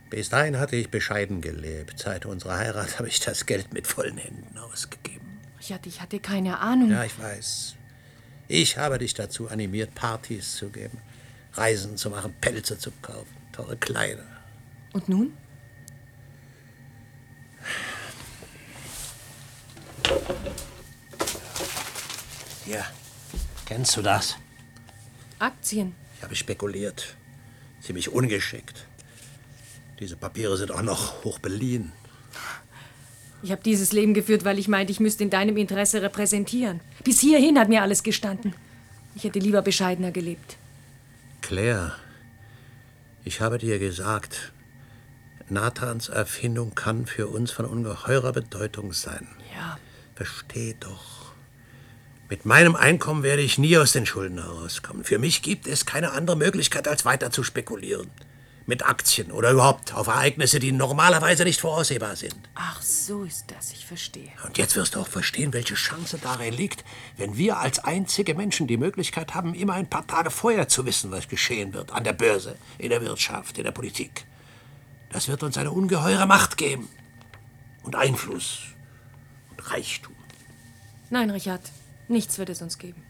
Bis dahin hatte ich bescheiden gelebt. Seit unserer Heirat habe ich das Geld mit vollen Händen ausgegeben. Richard, ich hatte keine Ahnung. Ja, ich weiß. Ich habe dich dazu animiert, Partys zu geben, Reisen zu machen, Pelze zu kaufen, teure Kleider. Und nun? Ja, kennst du das? Aktien. Ich habe spekuliert. Ziemlich ungeschickt. Diese Papiere sind auch noch hoch beliehen. Ich habe dieses Leben geführt, weil ich meinte, ich müsste in deinem Interesse repräsentieren. Bis hierhin hat mir alles gestanden. Ich hätte lieber bescheidener gelebt. Claire, ich habe dir gesagt, Nathans Erfindung kann für uns von ungeheurer Bedeutung sein. Ja. Versteh doch. Mit meinem Einkommen werde ich nie aus den Schulden herauskommen. Für mich gibt es keine andere Möglichkeit, als weiter zu spekulieren. Mit Aktien oder überhaupt auf Ereignisse, die normalerweise nicht voraussehbar sind. Ach, so ist das. Ich verstehe. Und jetzt wirst du auch verstehen, welche Chance darin liegt, wenn wir als einzige Menschen die Möglichkeit haben, immer ein paar Tage vorher zu wissen, was geschehen wird. An der Börse, in der Wirtschaft, in der Politik. Das wird uns eine ungeheure Macht geben. Und Einfluss. Und Reichtum. Nein, Richard. Nichts wird es uns geben.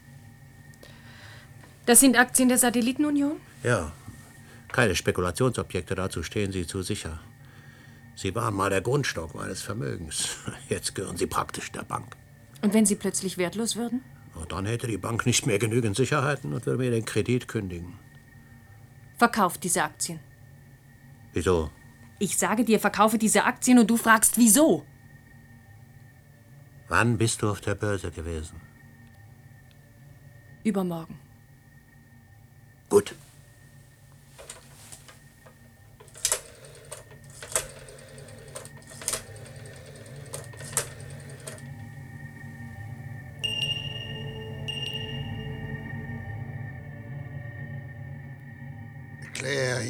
Das sind Aktien der Satellitenunion? Ja, keine Spekulationsobjekte, dazu stehen sie zu sicher. Sie waren mal der Grundstock meines Vermögens. [laughs] Jetzt gehören sie praktisch der Bank. Und wenn sie plötzlich wertlos würden? Und dann hätte die Bank nicht mehr genügend Sicherheiten und würde mir den Kredit kündigen. Verkauft diese Aktien. Wieso? Ich sage dir, verkaufe diese Aktien und du fragst, wieso? Wann bist du auf der Börse gewesen? Übermorgen. Gut.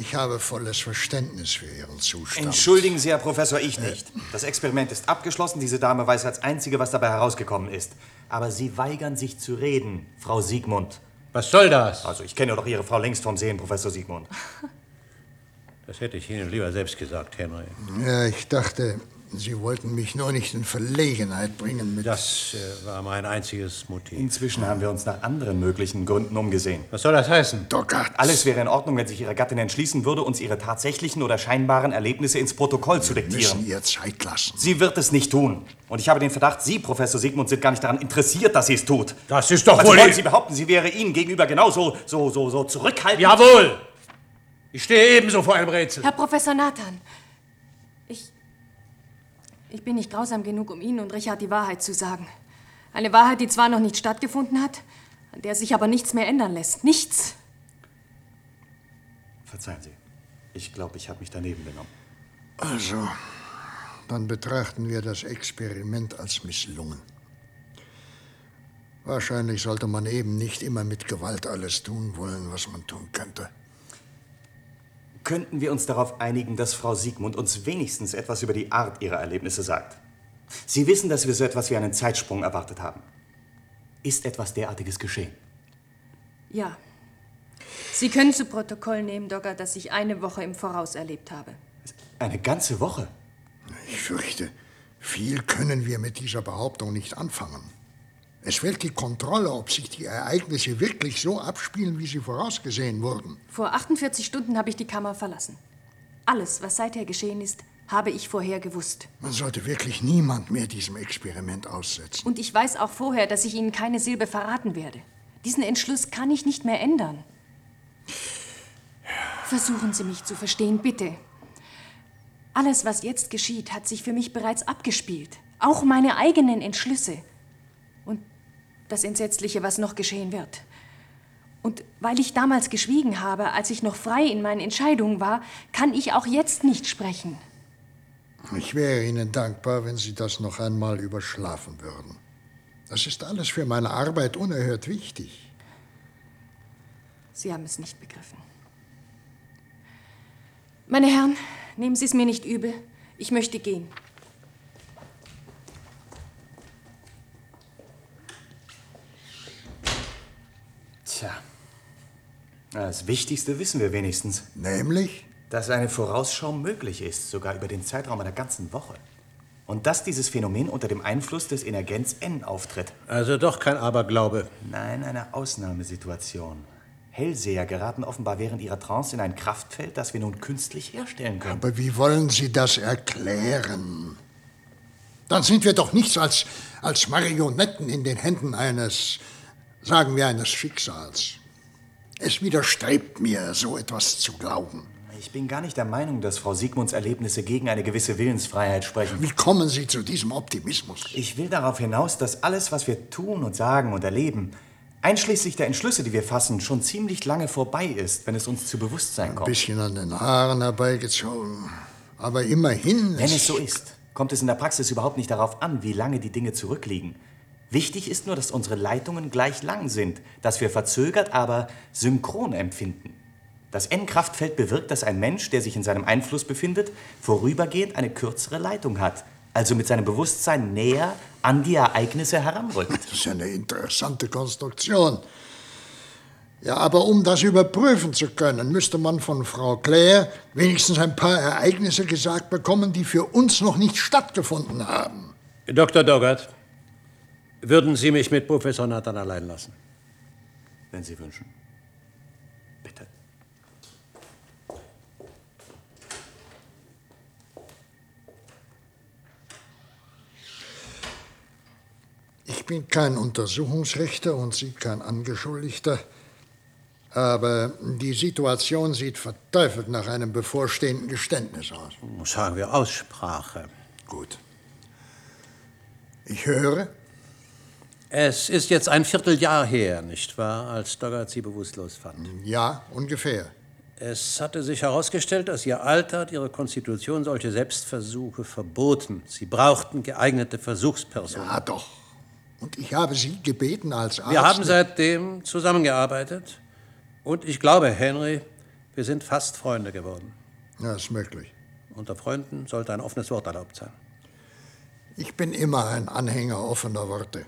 ich habe volles Verständnis für Ihren Zustand. Entschuldigen Sie, Herr Professor, ich nicht. Das Experiment ist abgeschlossen. Diese Dame weiß als Einzige, was dabei herausgekommen ist. Aber Sie weigern sich zu reden, Frau Siegmund. Was soll das? Also, ich kenne doch Ihre Frau längst vom Sehen, Professor Siegmund. Das hätte ich Ihnen lieber selbst gesagt, Henry. Ja, ich dachte, Sie wollten mich nur nicht in Verlegenheit bringen mit. Das äh, war mein einziges Motiv. Inzwischen haben wir uns nach anderen möglichen Gründen umgesehen. Was soll das heißen? Dockert. Alles wäre in Ordnung, wenn sich Ihre Gattin entschließen würde, uns ihre tatsächlichen oder scheinbaren Erlebnisse ins Protokoll zu Wir müssen diktieren. ihr Zeit lassen. Sie wird es nicht tun. Und ich habe den Verdacht, Sie, Professor Sigmund, sind gar nicht daran interessiert, dass sie es tut. Das ist doch Also wohl- wollen Sie behaupten, sie wäre Ihnen gegenüber genauso so, so, so zurückhaltend? Jawohl! Ich stehe ebenso vor einem Rätsel. Herr Professor Nathan, ich. Ich bin nicht grausam genug, um Ihnen und Richard die Wahrheit zu sagen. Eine Wahrheit, die zwar noch nicht stattgefunden hat, an der sich aber nichts mehr ändern lässt. Nichts. Verzeihen Sie. Ich glaube, ich habe mich daneben benommen. Also, dann betrachten wir das Experiment als misslungen. Wahrscheinlich sollte man eben nicht immer mit Gewalt alles tun wollen, was man tun könnte. Könnten wir uns darauf einigen, dass Frau Siegmund uns wenigstens etwas über die Art ihrer Erlebnisse sagt? Sie wissen, dass wir so etwas wie einen Zeitsprung erwartet haben. Ist etwas derartiges geschehen? Ja. Sie können zu Protokoll nehmen, Dogger, dass ich eine Woche im Voraus erlebt habe. Eine ganze Woche? Ich fürchte, viel können wir mit dieser Behauptung nicht anfangen. Es fehlt die Kontrolle, ob sich die Ereignisse wirklich so abspielen, wie sie vorausgesehen wurden. Vor 48 Stunden habe ich die Kammer verlassen. Alles, was seither geschehen ist, habe ich vorher gewusst. Man sollte wirklich niemand mehr diesem Experiment aussetzen. Und ich weiß auch vorher, dass ich Ihnen keine Silbe verraten werde. Diesen Entschluss kann ich nicht mehr ändern. Versuchen Sie mich zu verstehen, bitte. Alles, was jetzt geschieht, hat sich für mich bereits abgespielt. Auch meine eigenen Entschlüsse. Und das Entsetzliche, was noch geschehen wird. Und weil ich damals geschwiegen habe, als ich noch frei in meinen Entscheidungen war, kann ich auch jetzt nicht sprechen. Ich wäre Ihnen dankbar, wenn Sie das noch einmal überschlafen würden. Das ist alles für meine Arbeit unerhört wichtig. Sie haben es nicht begriffen. Meine Herren, nehmen Sie es mir nicht übel. Ich möchte gehen. Tja. Na, Das Wichtigste wissen wir wenigstens. Nämlich? Dass eine Vorausschau möglich ist, sogar über den Zeitraum einer ganzen Woche. Und dass dieses Phänomen unter dem Einfluss des Energens N auftritt. Also doch kein Aberglaube. Nein, eine Ausnahmesituation. Hellseher geraten offenbar während ihrer Trance in ein Kraftfeld, das wir nun künstlich herstellen können. Aber wie wollen Sie das erklären? Dann sind wir doch nichts als, als Marionetten in den Händen eines, sagen wir, eines Schicksals. Es widerstrebt mir, so etwas zu glauben. Ich bin gar nicht der Meinung, dass Frau Siegmunds Erlebnisse gegen eine gewisse Willensfreiheit sprechen. Wie kommen Sie zu diesem Optimismus? Ich will darauf hinaus, dass alles, was wir tun und sagen und erleben, einschließlich der Entschlüsse, die wir fassen, schon ziemlich lange vorbei ist, wenn es uns zu Bewusstsein Ein kommt. bisschen an den Haaren herbeigezogen. Aber immerhin. Wenn es so ist, kommt es in der Praxis überhaupt nicht darauf an, wie lange die Dinge zurückliegen. Wichtig ist nur, dass unsere Leitungen gleich lang sind, dass wir verzögert, aber synchron empfinden. Das N-Kraftfeld bewirkt, dass ein Mensch, der sich in seinem Einfluss befindet, vorübergehend eine kürzere Leitung hat, also mit seinem Bewusstsein näher an die Ereignisse heranrückt. Das ist eine interessante Konstruktion. Ja, aber um das überprüfen zu können, müsste man von Frau Claire wenigstens ein paar Ereignisse gesagt bekommen, die für uns noch nicht stattgefunden haben. Dr. Doggart, würden Sie mich mit Professor Nathan allein lassen? Wenn Sie wünschen. Bitte. Ich bin kein Untersuchungsrichter und Sie kein Angeschuldigter. Aber die Situation sieht verteufelt nach einem bevorstehenden Geständnis aus. Sagen wir Aussprache. Gut. Ich höre. Es ist jetzt ein Vierteljahr her, nicht wahr, als Doggart Sie bewusstlos fand. Ja, ungefähr. Es hatte sich herausgestellt, dass Ihr Alter hat Ihre Konstitution solche Selbstversuche verboten. Sie brauchten geeignete Versuchspersonen. Ah, doch. Und ich habe Sie gebeten als Arzt. Wir haben seitdem zusammengearbeitet und ich glaube, Henry, Wir sind fast Freunde geworden. Ja, ist möglich. Unter Freunden sollte ein offenes Wort erlaubt sein. Ich bin immer ein Anhänger offener Worte.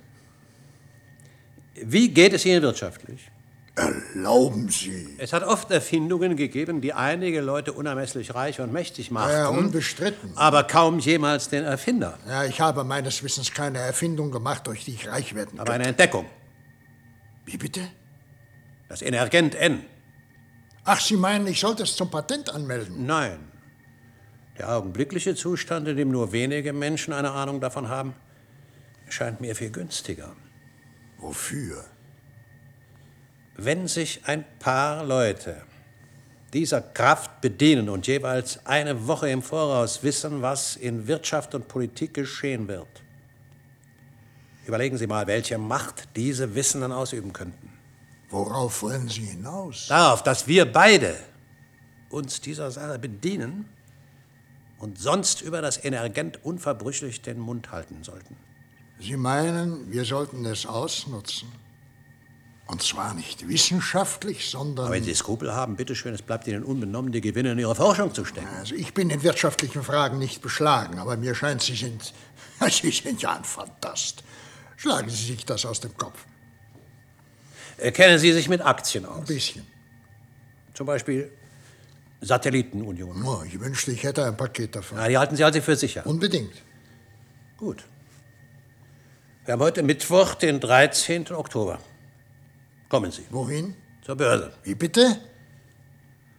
Wie geht es Ihnen wirtschaftlich? Erlauben Sie. Es hat oft Erfindungen gegeben, die einige Leute unermesslich reich und mächtig Ja, machten, unbestritten. aber kaum jemals den Erfinder. Ja, ich habe meines Wissens keine Erfindung gemacht, durch die ich reich werden Aber kann. eine Entdeckung, Wie bitte? das Energent N. Ach, Sie meinen, ich sollte es zum Patent anmelden? Nein. Der augenblickliche Zustand, in dem nur wenige Menschen eine Ahnung davon haben, scheint mir viel günstiger. Wofür? Wenn sich ein paar Leute dieser Kraft bedienen und jeweils eine Woche im Voraus wissen, was in Wirtschaft und Politik geschehen wird, überlegen Sie mal, welche Macht diese Wissenden ausüben könnten. Worauf wollen Sie hinaus? Darauf, dass wir beide uns dieser Sache bedienen und sonst über das Energent unverbrüchlich den Mund halten sollten. Sie meinen, wir sollten es ausnutzen. Und zwar nicht wissenschaftlich, sondern. Aber wenn Sie Skrupel haben, bitteschön, es bleibt Ihnen unbenommen, die Gewinne in Ihre Forschung zu stecken. Also ich bin in wirtschaftlichen Fragen nicht beschlagen, aber mir scheint, Sie sind, [laughs] Sie sind ja ein Fantast. Schlagen Sie sich das aus dem Kopf. Äh, Kennen Sie sich mit Aktien aus? Ein bisschen. Zum Beispiel Satellitenunion. Oh, ich wünschte, ich hätte ein Paket davon. Na, die halten Sie also für sicher. Unbedingt. Gut. Wir haben heute Mittwoch, den 13. Oktober. Kommen Sie Wohin? zur Börse. Wie bitte?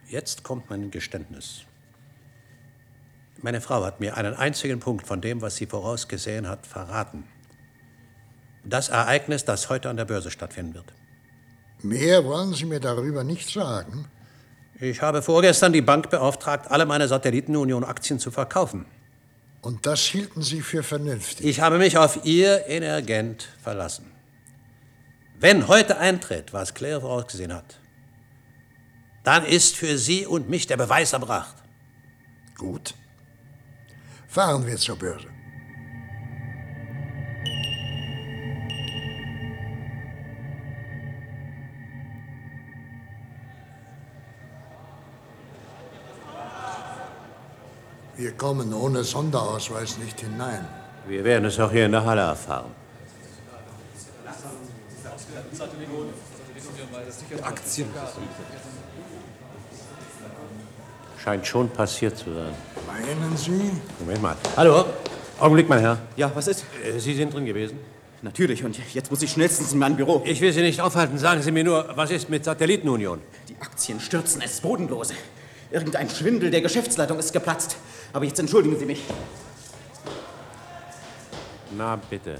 Jetzt kommt mein Geständnis. Meine Frau hat mir einen einzigen Punkt von dem, was sie vorausgesehen hat, verraten. Das Ereignis, das heute an der Börse stattfinden wird. Mehr wollen Sie mir darüber nicht sagen. Ich habe vorgestern die Bank beauftragt, alle meine Satellitenunion-Aktien zu verkaufen. Und das hielten Sie für vernünftig. Ich habe mich auf Ihr Energent verlassen. Wenn heute eintritt, was Claire vorausgesehen hat, dann ist für Sie und mich der Beweis erbracht. Gut. Fahren wir zur Börse. Wir kommen ohne Sonderausweis nicht hinein. Wir werden es auch hier in der Halle erfahren. Aktien. Scheint schon passiert zu sein. Meinen Sie? Moment mal. Hallo? Augenblick, mein Herr. Ja, was ist? Äh, Sie sind drin gewesen? Natürlich, und jetzt muss ich schnellstens in mein Büro. Ich will Sie nicht aufhalten. Sagen Sie mir nur, was ist mit Satellitenunion? Die Aktien stürzen ins Bodenlose. Irgendein Schwindel der Geschäftsleitung ist geplatzt. Aber jetzt entschuldigen Sie mich. Na, bitte.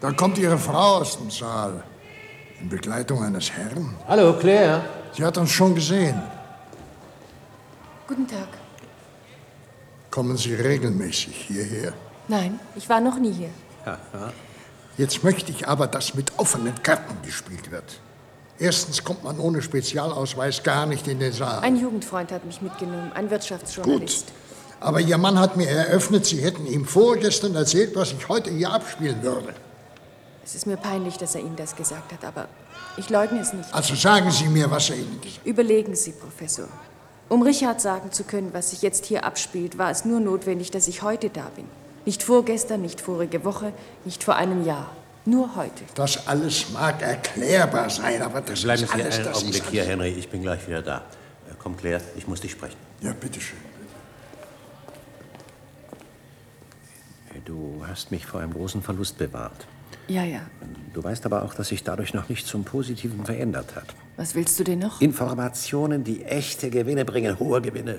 Da kommt Ihre Frau aus dem Saal. In Begleitung eines Herrn. Hallo, Claire. Sie hat uns schon gesehen. Guten Tag. Kommen Sie regelmäßig hierher. Nein, ich war noch nie hier. Jetzt möchte ich aber, dass mit offenen Karten gespielt wird. Erstens kommt man ohne Spezialausweis gar nicht in den Saal. Ein Jugendfreund hat mich mitgenommen, ein Wirtschaftsjournalist. Aber Ihr Mann hat mir eröffnet, Sie hätten ihm vorgestern erzählt, was ich heute hier abspielen würde. Es ist mir peinlich, dass er Ihnen das gesagt hat, aber ich leugne es nicht. Also sagen Sie mir, was er Ihnen gesagt Überlegen Sie, Professor. Um Richard sagen zu können, was sich jetzt hier abspielt, war es nur notwendig, dass ich heute da bin. Nicht vorgestern, nicht vorige Woche, nicht vor einem Jahr. Nur heute. hat. Das alles mag erklärbar sein, aber das Bleiben ist Sie alles, einen das Augenblick ist hier, alles. Henry. Ich bin gleich wieder da. Äh, Komm, Claire, ich muss dich sprechen. Ja, bitteschön. Du hast mich vor einem großen Verlust bewahrt. Ja, ja. Du weißt aber auch, dass sich dadurch noch nichts zum Positiven verändert hat. Was willst du denn noch? Informationen, die echte Gewinne bringen, hohe Gewinne.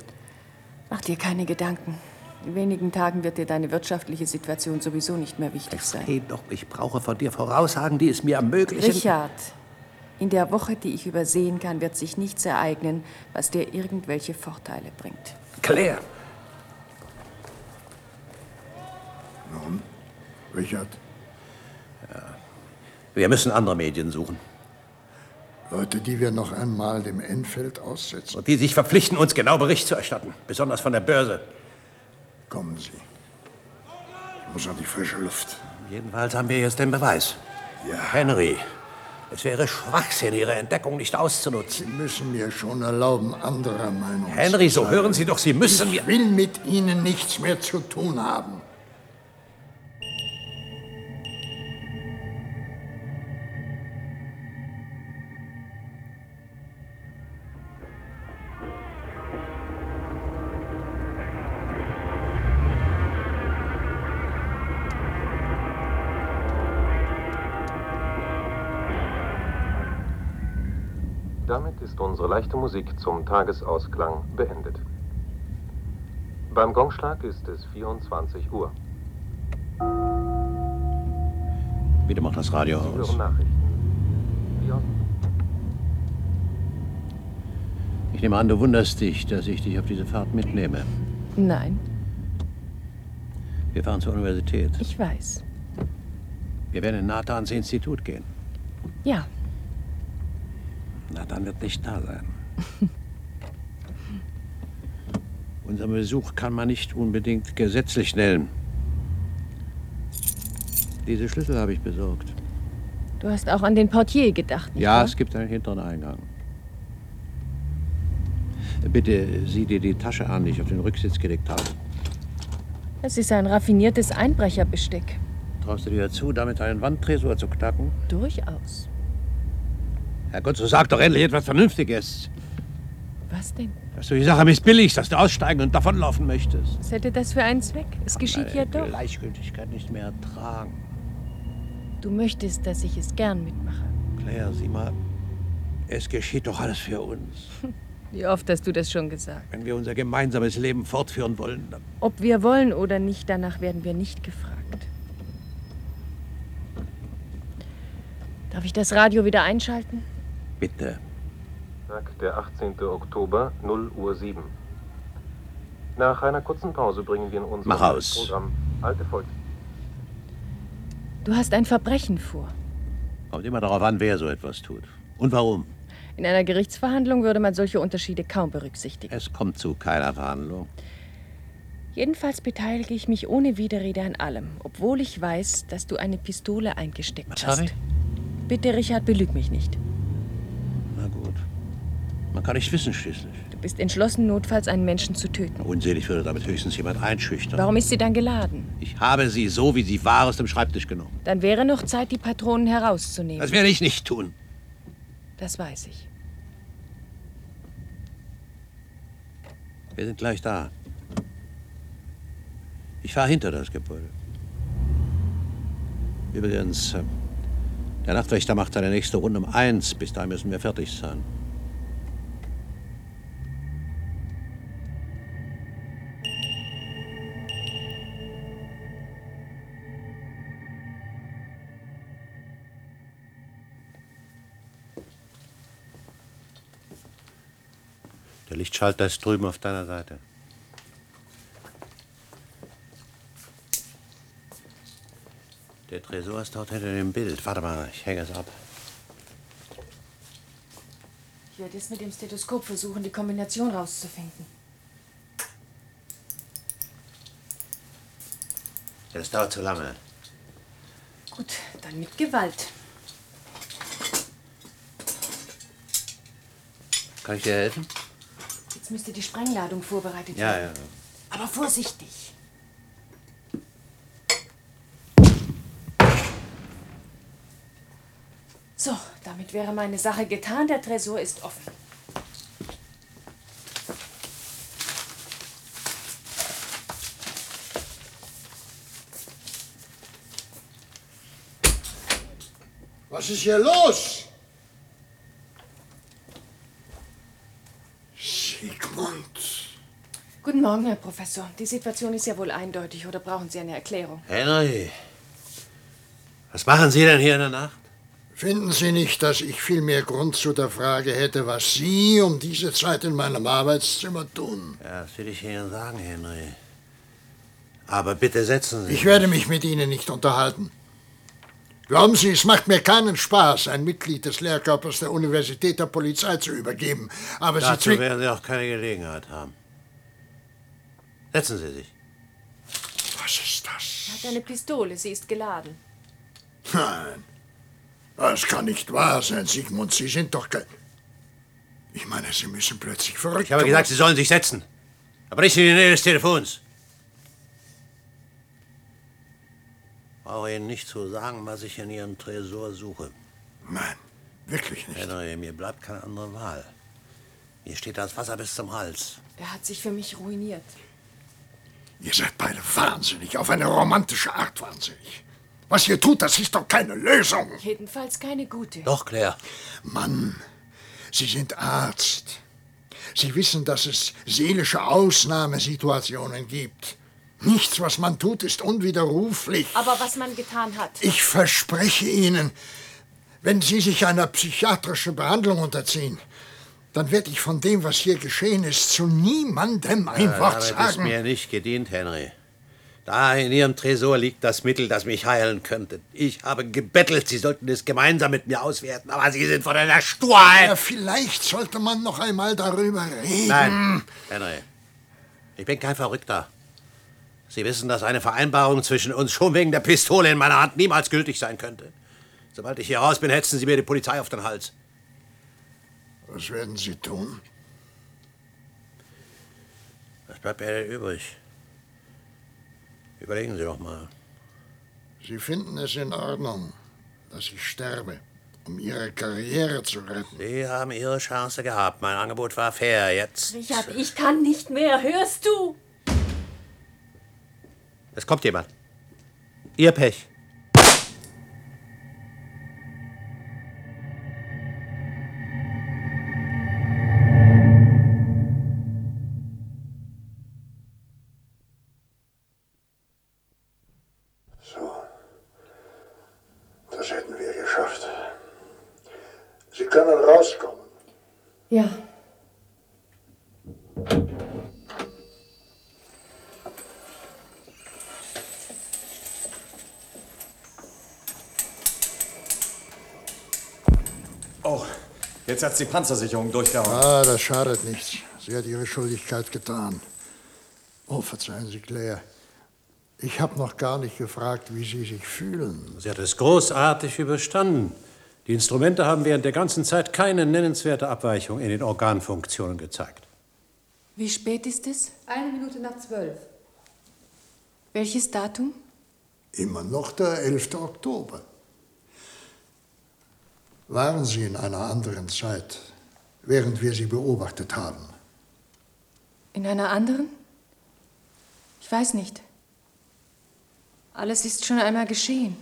Mach dir keine Gedanken. In wenigen Tagen wird dir deine wirtschaftliche Situation sowieso nicht mehr wichtig sein. Hey, doch, ich brauche von dir Voraussagen, die es mir ermöglichen. Richard, in der Woche, die ich übersehen kann, wird sich nichts ereignen, was dir irgendwelche Vorteile bringt. Claire! Nun, Richard, Wir müssen andere Medien suchen. Leute, die wir noch einmal dem Endfeld aussetzen, Und die sich verpflichten, uns genau Bericht zu erstatten. Besonders von der Börse. kommen Sie. Ich muss an die frische Luft. Jedenfalls haben wir jetzt den Beweis. Ja. Henry, Es wäre Schwachsinn, Ihre Entdeckung nicht auszunutzen. Sie müssen mir schon erlauben, anderer Meinung Henry, zu so sein. hören Sie doch, Sie müssen mir... Ich will mit Ihnen nichts mehr zu tun haben. Damit ist unsere leichte Musik zum Tagesausklang beendet. Beim Gongschlag ist es 24 Uhr. Bitte mach das Radio Sie aus. hören Nachrichten. Wie aus Ich nehme an, du wunderst dich, dass ich dich auf diese Fahrt mitnehme. Nein, Wir fahren zur Universität. ich weiß. Wir werden in Nathans Institut gehen. Ja, Nathan wird nicht da sein. Unseren Besuch kann man nicht unbedingt gesetzlich nennen. Diese Schlüssel habe ich besorgt. du hast auch an den Portier gedacht, nicht Ja, wahr? es gibt einen hinteren Eingang. Bitte sieh dir die Tasche an, die ich auf den Rücksitz gelegt habe. Es ist ein raffiniertes Einbrecherbesteck. Traust du dir zu, damit einen Wandtresor zu knacken? Durchaus. Herrgott, so sag doch endlich etwas Vernünftiges. Was denn? Dass du die Sache missbilligst, dass du aussteigen und davonlaufen möchtest. Was hätte das für einen Zweck? Es geschieht ja doch. Gleichgültigkeit nicht mehr ertragen. Du möchtest, dass ich es gern mitmache. Claire, sieh mal, es geschieht doch alles für uns. [laughs] Wie oft hast du das schon gesagt? Wenn wir unser gemeinsames Leben fortführen wollen, dann... Ob wir wollen oder nicht, danach werden wir nicht gefragt. Darf ich das Radio wieder einschalten? Bitte. Tag, der 18. Oktober, 0 Uhr 7. Nach einer kurzen Pause bringen wir in unser Mach aus. Programm Alte Volks... Du hast ein Verbrechen vor. Kommt immer darauf an, wer so etwas tut. Und warum? In einer Gerichtsverhandlung würde man solche Unterschiede kaum berücksichtigen. Es kommt zu keiner Verhandlung. Jedenfalls beteilige ich mich ohne Widerrede an allem, obwohl ich weiß, dass du eine Pistole eingesteckt Was hast. habe ich? Bitte, Richard, belüg mich nicht. Na gut. Man kann nicht wissen schließlich. Du bist entschlossen, notfalls einen Menschen zu töten. Unselig würde damit höchstens jemand einschüchtern. Warum ist sie dann geladen? Ich habe sie so, wie sie war, aus dem Schreibtisch genommen. Dann wäre noch Zeit, die Patronen herauszunehmen. Das werde ich nicht tun. das weiß ich. Wir sind gleich da. Ich fahre hinter das Gebäude. Übrigens, äh, der Nachtwächter macht seine nächste Runde um eins. Bis dahin müssen wir fertig sein. Der Lichtschalter ist drüben auf deiner Seite. Der Tresor ist dort hinter dem Bild. Warte mal, ich hänge es ab. Ich werde jetzt mit dem Stethoskop versuchen, die Kombination rauszufinden. Ja, Das dauert zu lange. Gut, dann mit Gewalt. Kann ich dir helfen? Jetzt müsste die Sprengladung vorbereitet Ja, werden. ja. Aber vorsichtig. So, damit wäre meine Sache getan. Der Tresor ist offen. Was ist hier los? Sigmund. Guten Morgen, Herr Professor. Die Situation ist ja wohl eindeutig, oder brauchen Sie eine Erklärung? Henry, was machen Sie denn hier in der Nacht? Finden Sie nicht, dass ich viel mehr Grund zu der Frage hätte, was Sie um diese Zeit in meinem Arbeitszimmer tun? Ja, das will ich Ihnen sagen, Henry. Aber bitte setzen Sie Ich werde mich mit Ihnen nicht unterhalten. Glauben Sie, es macht mir keinen Spaß, ein Mitglied des Lehrkörpers der Universität der Polizei zu übergeben. Aber Sie Dazu zwingen. werden Sie auch keine Gelegenheit haben. Setzen Sie sich. Was ist das? Er hat eine Pistole, sie ist geladen. Nein. Das kann nicht wahr sein, Sigmund. Sie sind doch ge Ich meine, Sie müssen plötzlich verrückt. Ich habe gesagt, Sie sollen sich setzen. Aber nicht in die Nähe des Telefons. Brauche Ihnen nicht zu sagen, was ich in Ihrem Tresor suche. Nein, wirklich nicht. Henry, mir bleibt keine andere Wahl. Mir steht das Wasser bis zum Hals. Er hat sich für mich ruiniert. Ihr seid beide wahnsinnig, auf eine romantische Art wahnsinnig. Was ihr tut, das ist doch keine Lösung. Jedenfalls keine gute. Doch, Claire. Mann, Sie sind Arzt. Sie wissen, dass es seelische Ausnahmesituationen gibt. Nichts, was man tut, ist unwiderruflich. Aber was man getan hat. Ich verspreche Ihnen, wenn Sie sich einer psychiatrischen Behandlung unterziehen, dann werde ich von dem, was hier geschehen ist, zu niemandem ein Ja, Wort damit ist sagen. mir nicht gedient, Henry. Da in Ihrem Tresor liegt das Mittel, das mich heilen könnte. Ich habe gebettelt, Sie sollten es gemeinsam mit mir auswerten, aber Sie sind von einer Sturheit. Ja, vielleicht sollte man noch einmal darüber reden. Nein, Henry. Ich bin kein Verrückter. Sie wissen, dass eine Vereinbarung zwischen uns schon wegen der Pistole in meiner Hand niemals gültig sein könnte. Sobald ich hier raus bin, hetzen Sie mir die Polizei auf den Hals. Was werden Sie tun? Was bleibt mir denn übrig? Überlegen Sie doch mal. Sie finden es in Ordnung, dass ich sterbe, um Ihre Karriere zu retten. Sie haben Ihre Chance gehabt. Mein Angebot war fair. Jetzt. Richard, ich kann nicht mehr, hörst du? Es kommt jemand. Ihr Pech. Das hätten wir geschafft. Sie können rauskommen. Ja. Oh, jetzt hat's die Panzersicherung durchgehauen. Ah, das schadet nichts. Sie hat ihre Schuldigkeit getan. Oh, verzeihen Sie, Claire. Ich habe noch gar nicht gefragt, wie Sie sich fühlen. Sie hat es großartig überstanden. Die Instrumente haben während der ganzen Zeit keine nennenswerte Abweichung in den Organfunktionen gezeigt. Wie spät ist es? Eine Minute nach zwölf. Welches Datum? Immer noch der 11. Oktober. Waren Sie in einer anderen Zeit, während wir Sie beobachtet haben? In einer anderen? Ich weiß nicht. Alles ist schon einmal geschehen.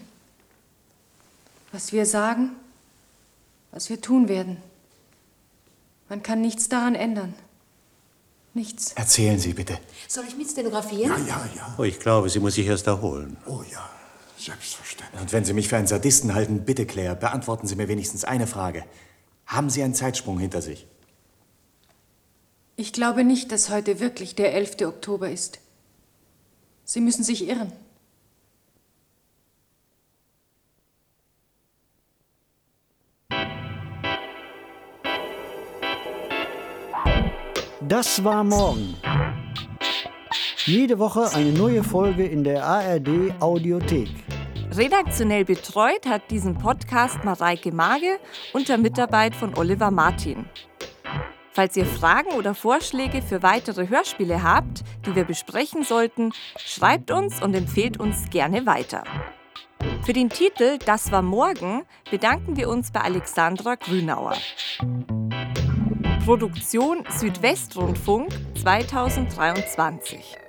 Was wir sagen, was wir tun werden. Man kann nichts daran ändern. Nichts. Erzählen Sie bitte. Soll ich mit stenografieren? ja, ja. Oh, ich glaube, sie muss sich erst erholen. Oh ja, selbstverständlich. Und wenn Sie mich für einen Sadisten halten, bitte, Claire, beantworten Sie mir wenigstens eine Frage. Haben Sie einen Zeitsprung hinter sich? Ich glaube nicht, dass heute wirklich der 11. Oktober ist. Sie müssen sich irren. Das war morgen. Jede Woche eine neue Folge in der ARD Audiothek. Redaktionell betreut hat diesen Podcast Mareike Mage unter Mitarbeit von Oliver Martin. Falls ihr Fragen oder Vorschläge für weitere Hörspiele habt, die wir besprechen sollten, schreibt uns und empfehlt uns gerne weiter. Für den Titel Das war morgen bedanken wir uns bei Alexandra Grünauer. Produktion Südwestrundfunk 2023.